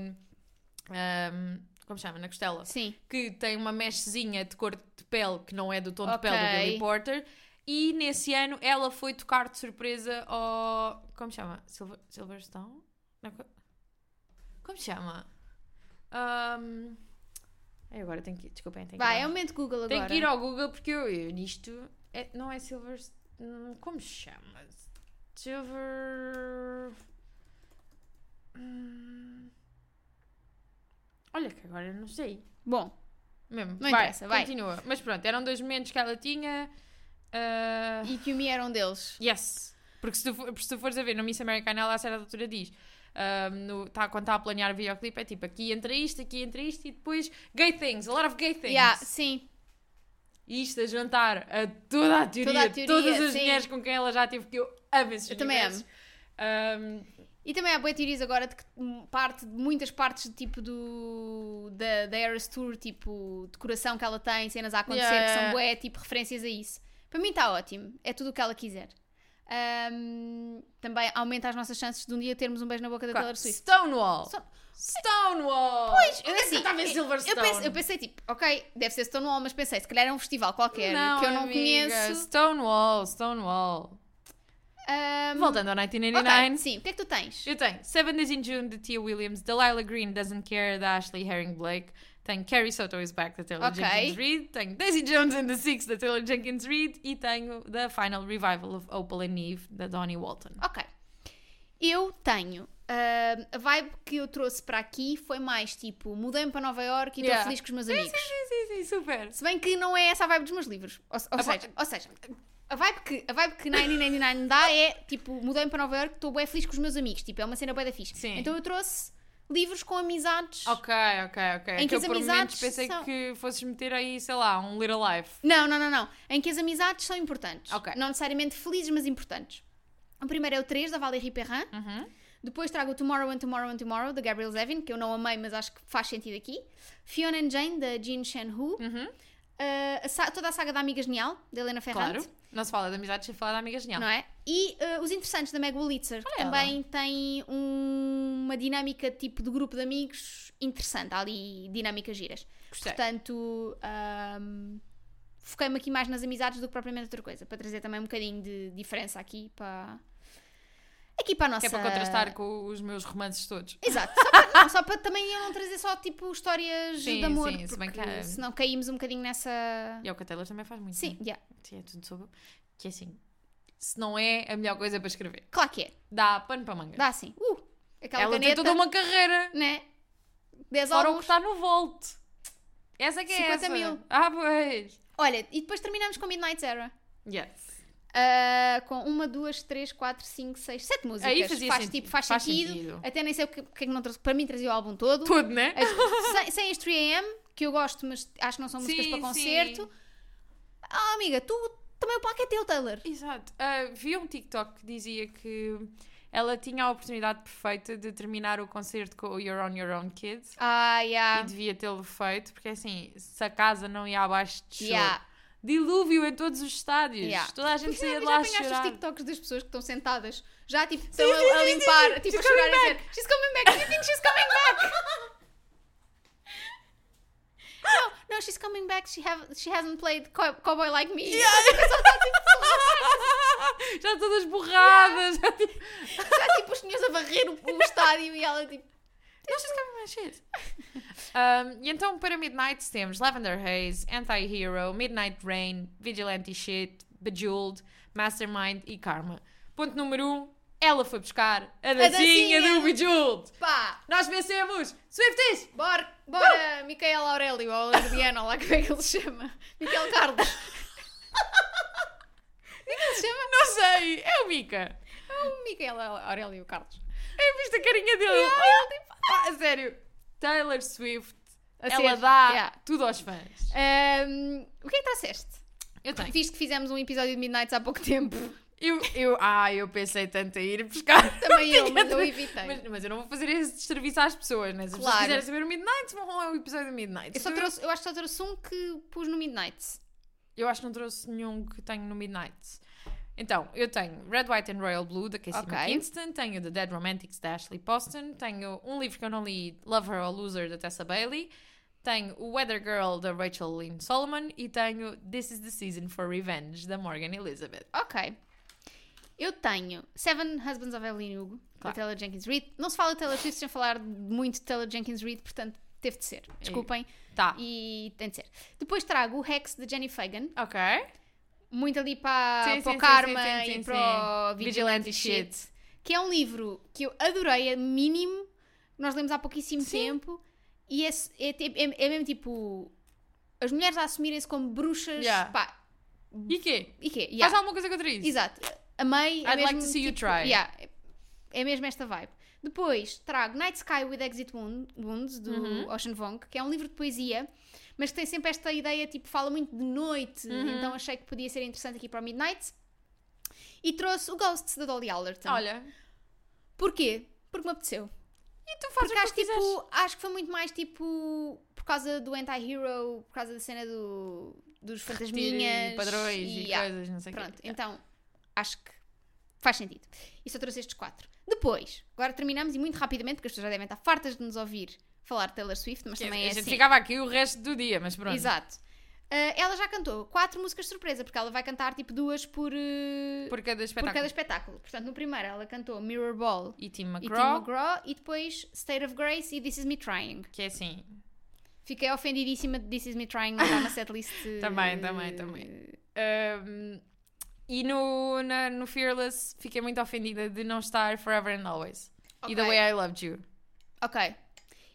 A: ahm, como chama? Na costela.
B: Sim.
A: Que tem uma meshzinha de cor de pele que não é do tom de
B: Ok.
A: pele do Billy Porter. E nesse ano ela foi tocar de surpresa ao. Como chama? Silver, Silverstone? Não, co- como chama? Ahm, ai, agora tenho que. Desculpem, tenho que.
B: Vai,
A: ir
B: é
A: ao-
B: o momento Google agora.
A: tenho que ir ao Google porque eu, eu nisto. é- não é Silver. hum, Como se chama? Silver. Hum. Olha que agora eu não sei.
B: Bom,
A: Mesmo.
B: Não interessa, vai.
A: Continua. Mas pronto, eram dois momentos que ela tinha. ah,
B: e que o Mi era um deles.
A: Yes. Porque se tu, for- se tu fores a ver no Miss Americana, ela a certa altura diz. está quando está a planear o videoclipe, é tipo aqui entra isto, aqui entra isto e depois gay things, a lot of gay things.
B: Yeah, sim.
A: E isto a juntar a toda a teoria,
B: Toda a teoria,
A: todas as
B: sim.
A: mulheres com quem ela já teve, que eu amo esses
B: Eu também
A: universos. Ahm,
B: E também há boas teorias agora de que hum, parte, de muitas partes de tipo do da, da Eras Tour, tipo decoração que ela tem, cenas a acontecer
A: Yeah,
B: que são
A: yeah.
B: bué, tipo referências a isso. Para mim está ótimo, é tudo o que ela quiser. Ahm, também aumenta as nossas chances de um dia termos um beijo na boca da
A: claro,
B: Taylor Swift.
A: Stonewall.
B: Só-
A: Stonewall.
B: Pois,
A: Onde é que
B: assim,
A: eu estava em
B: Eu,
A: Silverstone?
B: pense- eu pensei tipo, ok, deve ser Stonewall, mas pensei, se calhar é um festival qualquer que eu não
A: amiga,
B: conheço.
A: Stonewall, Stonewall.
B: Ahm,
A: Voltando ao
B: Hum. ok,
A: 1989.
B: sim, o que é que tu tens?
A: Eu tenho Seven Days in June de Tia Williams, Delilah Green Doesn't Care da Ashley Herring Blake, tenho Carrie Soto is Back da Taylor
B: Ok.
A: Jenkins Reid, tenho Daisy Jones and the Six da Taylor Jenkins Reid e tenho The Final Revival of Opal and Eve da Donnie Walton.
B: Ok. Eu tenho. ah, a vibe que eu trouxe para aqui foi mais tipo, mudei-me para Nova York e estou
A: Yeah.
B: feliz com os meus
A: Sim, sim,
B: amigos.
A: sim, sim, sim, super.
B: Se bem que não é essa a vibe dos meus livros. Ou, ou
A: A
B: seja, ou seja, a vibe que a vibe que 1999 dá é tipo, mudei-me para Nova York, estou bem feliz com os meus amigos. Tipo, é uma cena bem da fixe.
A: Sim.
B: Então eu trouxe livros com amizades.
A: Ok, ok, ok.
B: Em que
A: eu
B: as
A: por momentos
B: amizades
A: pensei
B: são-
A: que fosses meter aí, sei lá, um Little Life.
B: Não, não, não, não. Em que as amizades são importantes.
A: Ok.
B: Não necessariamente felizes, mas importantes. O primeiro é o 3, da Valérie Perrin.
A: Uhum.
B: Depois trago o Tomorrow and Tomorrow and Tomorrow, da Gabriel Zevin, que eu não amei, mas acho que faz sentido aqui. Fiona and Jane, da Jean Shen Hu.
A: Uhum.
B: Uh, a sa- toda a saga da Amiga Genial, da Helena Ferrante.
A: Claro. Não se fala de amizades sem falar de amigas genial.
B: é Não é? E uh, Os Interessantes, da Meg Wolitzer, que
A: Olha ela.
B: também tem um- uma dinâmica tipo de grupo de amigos interessante. Há ali dinâmicas giras.
A: Gostei.
B: Portanto, um, foquei-me aqui mais nas amizades do que propriamente outra coisa, para trazer também um bocadinho de diferença aqui para... Aqui para a nossa... É.
A: Que é para contrastar com os meus romances todos.
B: Exato, só para, não, só para também eu não trazer só tipo histórias
A: Sim,
B: de amor,
A: sim, se bem
B: porque
A: que-
B: senão caímos um bocadinho nessa.
A: E é o que a Taylor também faz muito.
B: Sim,
A: né?
B: yeah,
A: Sim, é tudo sobre. Que é assim, se não é a melhor coisa para escrever.
B: claro que é,
A: Dá pano para manga.
B: dá assim. Uh, aquela
A: Ela tem
B: caneta,
A: toda uma carreira.
B: né? 10
A: Fora o que tá-
B: álbuns.
A: está no Volt. Essa que é
B: 50
A: essa.
B: mil.
A: Ah, pois.
B: Olha, e depois terminamos com Midnight Era.
A: Yes.
B: Ah, com uma, duas, três, quatro, cinco, seis, sete músicas.
A: Aí fazia
B: faz,
A: sentido.
B: Tipo, faz,
A: Faz
B: sentido.
A: sentido.
B: Até nem sei o que, porque é que não trouxe. Para mim trazia o álbum todo.
A: Tudo, né?
B: As- sem, sem as 3AM, que eu gosto, mas acho que não são músicas
A: Sim,
B: para
A: sim.
B: concerto. Ah, amiga, tu também o palco é teu, Taylor.
A: Exato. Ah, vi um TikTok que dizia que ela tinha a oportunidade perfeita de terminar o concerto com o You're On Your Own Kids.
B: Ah, yeah.
A: E devia tê-lo feito, porque assim, se a casa não ia abaixo de choro.
B: Yeah.
A: Dilúvio em todos os estádios.
B: Yeah.
A: Toda a
B: Por
A: gente
B: isso é que
A: saía de
B: já
A: lá a
B: apanhaste os
A: chorar.
B: TikToks das pessoas que estão sentadas, já tipo, estão a- a, limpar, tipo, a
A: She's coming
B: chorar e a dizer She's coming back, you think she's coming back? no, no, she's coming back, she, have, she hasn't played cow- Cowboy Like Me. tipo,
A: já todas borradas. já tipo-
B: Já tipo os senhores a varrer o, o estádio e ela tipo,
A: Não sei se cabe mais shit. Um, e então para Midnight temos Lavender Haze, Anti-Hero, Midnight Rain, Vigilante Shit, Bejeweled, Mastermind e Karma. Ponto número 1. Um, ela foi buscar a dancinha,
B: dancinha.
A: do Bejeweled.
B: pá,
A: Nós vencemos! Swifties!
B: bora, bora, Micael Aurélio ou Adriano, lá como é que ele se chama? Micael Carlos. é
A: Não sei, é o Mika.
B: Micael Aurélio Carlos.
A: Eu viste a carinha dele. Ah, sério. Taylor Swift,
B: A
A: ela
B: ser,
A: dá
B: yeah.
A: tudo aos fãs.
B: Ahm, o que é que trouxeste?
A: Eu tenho.
B: Visto que fizemos um episódio de Midnights há pouco tempo.
A: Eu, eu, ah, eu pensei tanto em ir buscar.
B: Também eu,
A: Tinha
B: mas eu
A: de-
B: evitei.
A: Mas, mas eu não vou fazer esse serviço às pessoas, né? Se as
B: Claro.
A: pessoas quiserem saber o Midnight, vão lá ao episódio do Midnight.
B: eu, só trouxe, eu acho que só trouxe um que pus no Midnight.
A: Eu acho que não trouxe nenhum que tenho no Midnight. Então, eu tenho Red, White and Royal Blue, da Casey
B: Ok.
A: McKinston, tenho The Dead Romantics, da Ashley Poston, tenho um livro que eu não li, Love Her or Loser, da Tessa Bailey, tenho o Weather Girl, da Rachel Lynn Solomon, e tenho This is the Season for Revenge, da Morgan Elizabeth.
B: Ok. Eu tenho Seven Husbands of Evelyn Hugo, da
A: Claro.
B: Taylor Jenkins Reid. Não se fala de Taylor Swift sem falar muito de Taylor Jenkins Reid, portanto teve de ser. Desculpem.
A: Tá.
B: E tem de ser. Depois trago o Rex de Jenny Fagan,
A: Ok.
B: muito ali para, para
A: Sim, sim,
B: o
A: sim,
B: Karma
A: sim, sim,
B: e
A: sim,
B: para o
A: sim.
B: Vigilante
A: Vigilante
B: Shit.
A: Shit.
B: Que é um livro que eu adorei, é mínimo, nós lemos há pouquíssimo
A: Sim.
B: tempo. E é, é, ti- é- é mesmo tipo. As mulheres a assumirem-se como bruxas.
A: Yeah.
B: Pá,
A: E quê?
B: e quê?
A: Faz
B: Yeah.
A: alguma coisa contra isso?
B: Exato. Amei. é
A: I'd like
B: mesmo,
A: to see you
B: tipo,
A: try.
B: yeah, é- é mesmo esta vibe. Depois trago Night Sky with Exit Wound- Wounds, do
A: Uhum.
B: Ocean Vong, que é um livro de poesia, mas que tem sempre esta ideia, tipo, fala muito de noite,
A: Uhum.
B: então achei que podia ser interessante aqui para o Midnight. E trouxe o Ghosts da Dolly Allerton.
A: Olha,
B: Porquê? Porque me apeteceu.
A: e tu fazes
B: Porque acho,
A: o que tu quiseres.
B: tipo, acho que foi muito mais tipo por causa do anti-hero, por causa da cena do, dos fantasminhas.
A: Tirem padrões e,
B: ah,
A: coisas, não sei o quê.
B: Pronto, então acho que faz sentido. E só trouxe estes quatro. Depois, agora terminamos e muito rapidamente, porque as pessoas já devem estar fartas de nos ouvir falar de Taylor Swift, mas
A: Que
B: também
A: a
B: é
A: gente
B: assim.
A: ficava aqui o resto do dia, mas pronto.
B: Exato. Ah, ela já cantou quatro músicas de surpresa, porque ela vai cantar tipo duas por, eh,
A: Por cada
B: por
A: espetáculo.
B: cada espetáculo. Portanto, no primeiro ela cantou Mirror Ball
A: E Tim
B: e
A: McGraw,
B: Tim McGraw e depois State of Grace e This Is Me Trying.
A: que é assim.
B: Fiquei ofendidíssima de This Is Me Trying não estar na setlist. eh,
A: Também, também, também. Ahm, hum, e no, na- no Fearless fiquei muito ofendida de não estar Forever and Always. E The
B: Ok.
A: Way I Loved You.
B: Ok.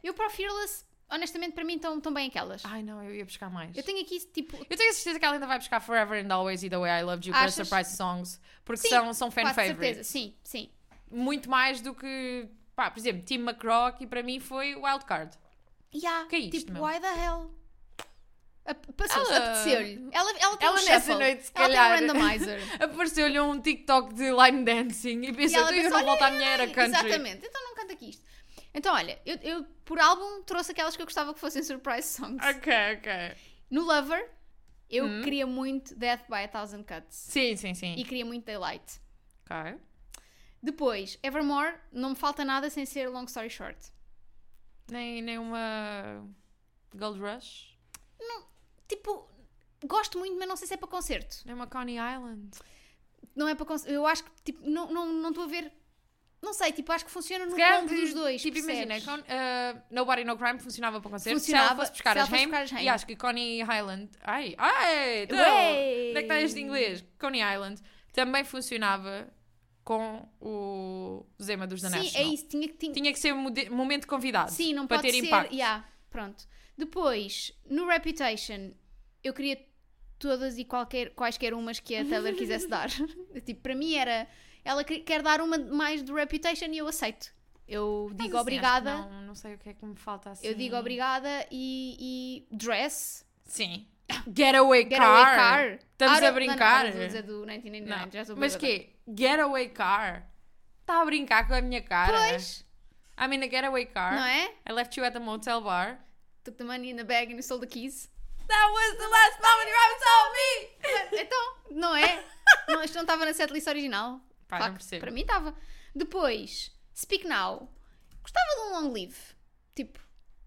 B: Eu para o Fearless, honestamente, para mim estão tão bem aquelas.
A: Ai não, eu ia buscar mais.
B: Eu tenho aqui tipo.
A: Eu tenho a certeza que ela ainda vai buscar Forever and Always e The Way I Loved You para
B: Achas?
A: Surprise Songs. Porque
B: Sim,
A: são, são fan
B: Quase certeza.
A: favorites.
B: Sim, sim.
A: Muito mais do que, pá, por exemplo, Tim McGraw, que para mim foi Wildcard.
B: Yeah,
A: Que é isto,
B: tipo,
A: meu?
B: why the hell? Ap- Passou-se,
A: Ela-
B: apeteceu-lhe. Ela, ela tem
A: Ela
B: um
A: nessa
B: shuffle.
A: noite, se
B: Ela
A: calhar.
B: tem um randomizer.
A: Apareceu-lhe um TikTok de line dancing e
B: E
A: pensou,
B: ela
A: "Tu, eu
B: pensou,
A: não volto à
B: "Ai,
A: minha
B: ai,
A: era
B: ai".
A: country.
B: Exatamente, então não canta aqui isto. Então, olha, eu, eu por álbum trouxe aquelas que eu gostava que fossem surprise songs.
A: Ok, Hum? ok.
B: No Lover, eu queria muito Death by a Thousand Cuts.
A: Sim, sim, sim.
B: E queria muito Daylight.
A: Ok.
B: Depois, Evermore, não me falta nada sem ser Long Story Short.
A: Nem, nem uma Gold Rush,
B: Tipo, gosto muito, mas não sei se é para concerto.
A: nem uma Coney Island.
B: Não é para concerto. Eu acho que, tipo, não estou não, não estou a ver. Não sei, tipo, acho que funciona no
A: calhar
B: combo
A: de-
B: dos dois.
A: Tipo, imagina,
B: percebes?
A: Con- ah, Nobody No Crime funcionava para o concerto.
B: Funcionava,
A: se ela fosse
B: se
A: buscar
B: ela
A: as
B: fosse
A: Haim,
B: buscar as Haim.
A: e acho que Coney Island... Ai, ai! Então,
B: Ué!
A: onde é que está este inglês? Coney Island também funcionava com o Zema dos Danesh.
B: Sim, é isso. Tinha que. Tinha...
A: Tinha que ser mode- momento convidado
B: Sim, não
A: para
B: pode
A: ter
B: ser.
A: impacto.
B: Yeah, pronto. Depois, no Reputation, eu queria todas e qualquer, quaisquer umas que a Taylor quisesse dar. tipo, para mim era. Ela que- quer dar uma de mais do Reputation e eu aceito. Eu
A: Mas
B: digo
A: assim,
B: obrigada.
A: acho que Não, não sei o que é que me falta assim.
B: Eu digo obrigada e, e dress.
A: Sim. Getaway,
B: Getaway
A: car.
B: car.
A: Estamos
B: Out
A: a
B: of-
A: brincar.
B: Não, não, vou dizer do 1999,
A: Não.
B: já sou
A: Mas
B: bêbada.
A: quê? Getaway car. Está a brincar com a minha cara.
B: Pois,
A: I mean, a getaway car.
B: não é?
A: I left you at the motel bar.
B: Took the money in the bag and stole the keys.
A: That was the last moment you ever told me!
B: Então, não é? não, isto não estava na setlist original.
A: Pá,
B: Claro
A: Ah, não
B: que
A: percebo.
B: Para mim estava. Depois, Speak Now. Gostava de um long live. Tipo,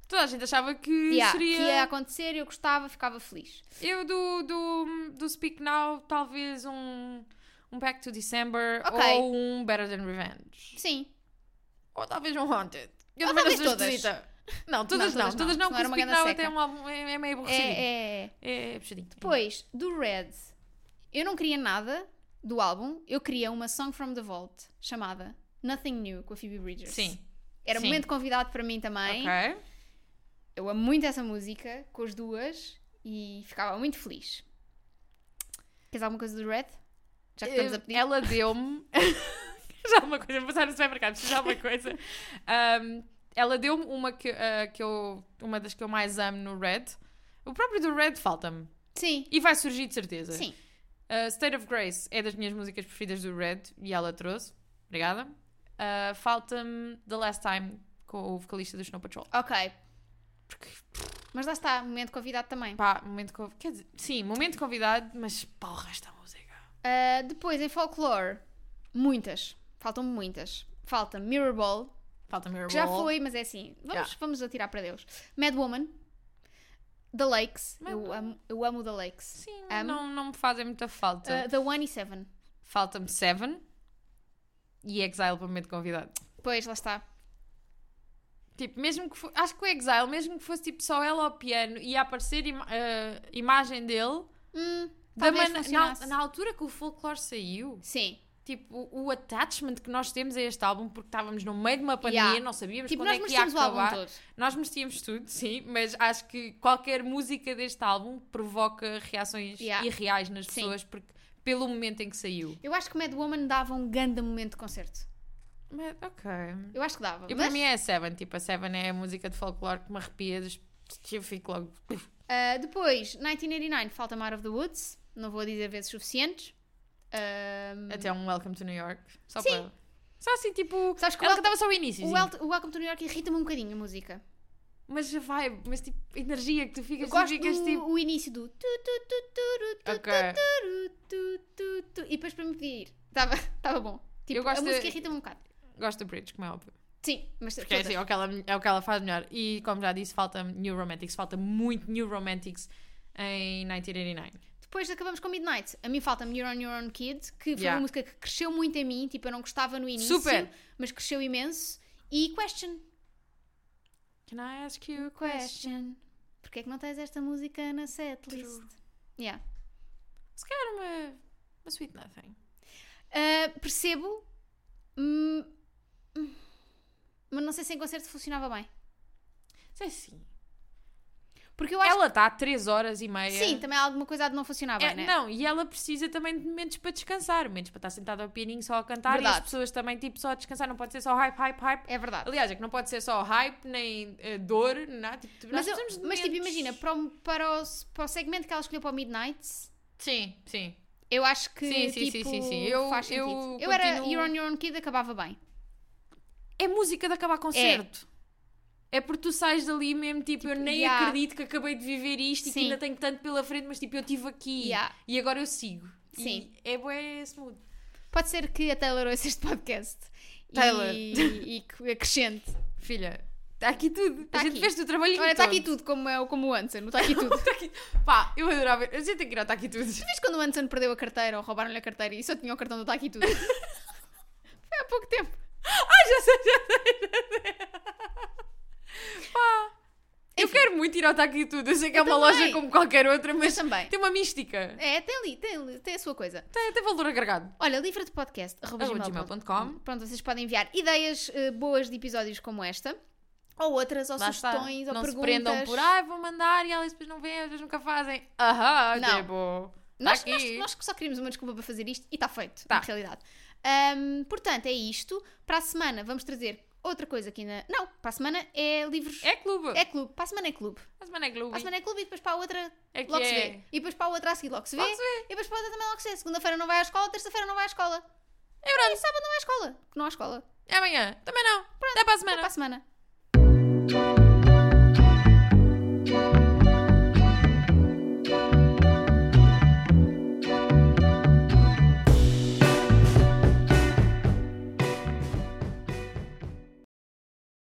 A: Toda a gente achava que
B: yeah,
A: seria.
B: que é ia acontecer, eu gostava, ficava feliz.
A: Eu do, do, do Speak Now, talvez um, um Back to December
B: Ok.
A: ou um Better Than Revenge.
B: Sim.
A: Ou talvez um Haunted. Eu
B: Ou
A: também
B: talvez
A: não sou
B: todas.
A: esquisita. Não, todas
B: Não,
A: não.
B: todas
A: Todas
B: não,
A: não,
B: senão era
A: porque o
B: uma
A: Speak
B: ganda
A: Now
B: seca.
A: até é, um álbum- é, é meio aborrecido.
B: É, é.
A: É, é puxadinho.
B: Depois, do Red. Eu não queria nada do álbum, eu queria uma song from the vault chamada Nothing New com a Phoebe Bridgers.
A: Sim.
B: Era um
A: sim.
B: momento convidado para mim também.
A: Ok.
B: Eu amo muito essa música com as duas e ficava muito feliz. Queres alguma coisa do Red? Já que estamos a
A: Eh,
B: pedir.
A: Ela deu-me. já alguma coisa, vou passar no supermercado, preciso de alguma coisa. Ahm, ela deu-me uma que, ah, que eu. Uma das que eu mais amo no Red. O próprio do Red falta-me.
B: Sim,
A: E vai surgir de certeza.
B: sim.
A: Ah, State of Grace é das minhas músicas preferidas do Red e ela trouxe. Obrigada. Ah, falta-me The Last Time com o vocalista do Snow Patrol.
B: Ok.
A: Porque,
B: Mas lá está, momento convidado também.
A: pá, momento convidado. Quer dizer, sim, momento convidado, mas porra, esta música.
B: Ah, depois, em folklore, muitas. Faltam-me muitas. Falta Mirror Ball,
A: Falta-me Your
B: que já
A: Wall.
B: foi, mas é assim. Vamos,
A: Yeah.
B: vamos atirar para Deus. Mad Woman, The Lakes.
A: Mad
B: Eu amo, eu amo The Lakes.
A: Sim,
B: Amo.
A: não, não me fazem muita falta.
B: Ah, the One e Seven.
A: Falta-me Seven e Exile para momento convidado.
B: Pois, lá está.
A: Tipo, mesmo que fo- acho que o Exile, mesmo que fosse tipo só ela ao piano e a aparecer ima- eh, imagem dele,
B: Hum,
A: da
B: talvez
A: man- na,
B: funcionasse.
A: na altura que o folclore saiu,
B: Sim.
A: tipo, o- o attachment que nós temos a este álbum, porque estávamos no meio de uma pandemia,
B: Yeah.
A: não sabíamos
B: tipo,
A: quando
B: nós
A: é que ia
B: merecemos o álbum
A: acabar.
B: todo.
A: Nós merecíamos tudo, sim, mas acho que qualquer música deste álbum provoca reações
B: Yeah.
A: irreais nas
B: Sim.
A: pessoas, porque pelo momento em que saiu.
B: Eu acho que Mad Woman dava um grande momento de concerto.
A: Mas, ok.
B: Eu acho que dava.
A: E
B: mas,
A: para mim é a Seven, tipo, a Seven é a música de folclore que me arrepia, dos- eu fico logo.
B: ah, depois, 1989, falta Out of the Woods. Não vou dizer vezes suficientes. Ahm,
A: Até um Welcome to New York. Só
B: Hum. Sim.
A: para. Só assim, tipo.
B: Sabes que o
A: ela
B: Wel-
A: cantava só o início.
B: o, Wel- o Welcome to New York irrita-me um bocadinho a música.
A: Mas a vibe, mas tipo, a energia que tu
B: Eu
A: ficas, tu
B: gosto
A: ficas
B: do
A: tipo.
B: o início do tu, tu, tu, tu, tu, tu,
A: Ok.
B: tu, tu, tu, tu. e depois para me pedir. Estava tava bom. Tipo,
A: Eu gosto
B: a
A: de-
B: música irrita-me um bocado.
A: Gosto do Bridge, como é óbvio.
B: Sim, mas
A: Porque é,
B: todas.
A: assim, é, o que ela, é o que ela faz melhor. E como já disse, falta New Romantics. Falta muito New Romantics em 1989.
B: Depois acabamos com Midnight. A mim falta-me You're on Your Own Kid, que foi
A: Yeah.
B: uma música que cresceu muito em mim. Tipo, eu não gostava no início,
A: Super.
B: mas cresceu imenso. E Question.
A: Can I ask you a question?
B: Question. Porquê é que não tens esta música na setlist?
A: True.
B: Yeah.
A: Se calhar uma. Uma sweet nothing.
B: Uh, percebo, hum, hum, mas não sei se em concerto funcionava bem.
A: Sei sim.
B: Porque eu acho
A: é assim. Ela está a 3 horas e
B: que
A: meia.
B: sim, também há alguma coisa há de não funcionar bem,
A: É,
B: né?
A: Não, e ela precisa também de momentos para descansar, momentos para estar sentada ao pianinho só a cantar e as
B: Verdade.
A: pessoas também tipo só a descansar, não pode ser só hype, hype, hype.
B: É verdade.
A: Aliás, é que não pode ser só hype, nem eh, dor, nem nada. Tipo, nós
B: mas, eu-
A: precisamos de
B: mas, tipo,
A: momentos-
B: imagina, para o, para, o, para o segmento que ela escolheu para o Midnight,
A: Sim, sim.
B: eu acho que
A: Sim, sim, sim,
B: tipo,
A: sim, sim. Eu-
B: faz
A: eu
B: sentido. Eu era
A: continuo-
B: You're on Your Own Kid, acabava bem.
A: É música de acabar concerto. É. porque tu sais dali mesmo, tipo, eu nem
B: yeah.
A: acredito que acabei de viver isto e que
B: Sim.
A: ainda tenho tanto pela frente, mas tipo, eu estive aqui
B: Yeah.
A: e agora eu sigo. E
B: Sim.
A: é bué smooth.
B: Pode ser que a Taylor ouça este podcast. E-
A: Taylor.
B: E, que acrescente.
A: Filha, está aqui tudo.
B: Tá
A: a gente
B: aqui.
A: fez o trabalhinho
B: Olha, está
A: todo.
B: aqui tudo, como, é, o- como o Anson, não está aqui tudo.
A: Tá aqui- Pá, eu adorava. A gente tem que ir ao Tá Aqui Tudo.
B: Viste quando o Anson perdeu a carteira ou roubaram-lhe a carteira e só tinha o cartão do Está Aqui Tudo? Foi há pouco tempo.
A: Ah, já sei, já sei, já sei. Pá, eu quero muito ir ao Tá Aqui Tudo. Eu sei que é
B: Eu
A: uma
B: também.
A: loja como qualquer outra,
B: Mas
A: mas
B: também.
A: tem uma mística.
B: É, tem ali, tem ali, tem a sua coisa.
A: Tem, tem valor agregado.
B: Olha, livra de podcast, arroba
A: Arroba
B: gmail ponto-
A: gmail.com.
B: Pronto, vocês podem enviar ideias eh, boas de episódios como esta Ou outras, ou
A: Lá está.
B: sugestões, ou
A: não se
B: perguntas.
A: prendam por, ah, vou mandar e elas depois não vêm, às vezes nunca fazem. Aham,
B: Não.
A: tipo. tá
B: Nós,
A: aqui.
B: nós, nós que só queríamos uma desculpa para fazer isto e está feito,
A: Tá.
B: na realidade. Ahm, portanto, é isto. Para a semana vamos trazer outra coisa aqui na. Não, para a semana é livros.
A: É clube.
B: É clube. Para a semana é clube.
A: A semana é clube.
B: Para a semana é clube e depois para a outra
A: É que
B: logo se
A: é.
B: vê. E depois para a outra a seguir logo se vê.
A: Logo se vê.
B: E depois para a outra também logo se vê. Segunda-feira não vai à escola, terça-feira não vai à escola. É verdade. E sábado não vai à escola. Não há escola.
A: É amanhã. Também não. Até para a semana.
B: Até para a semana.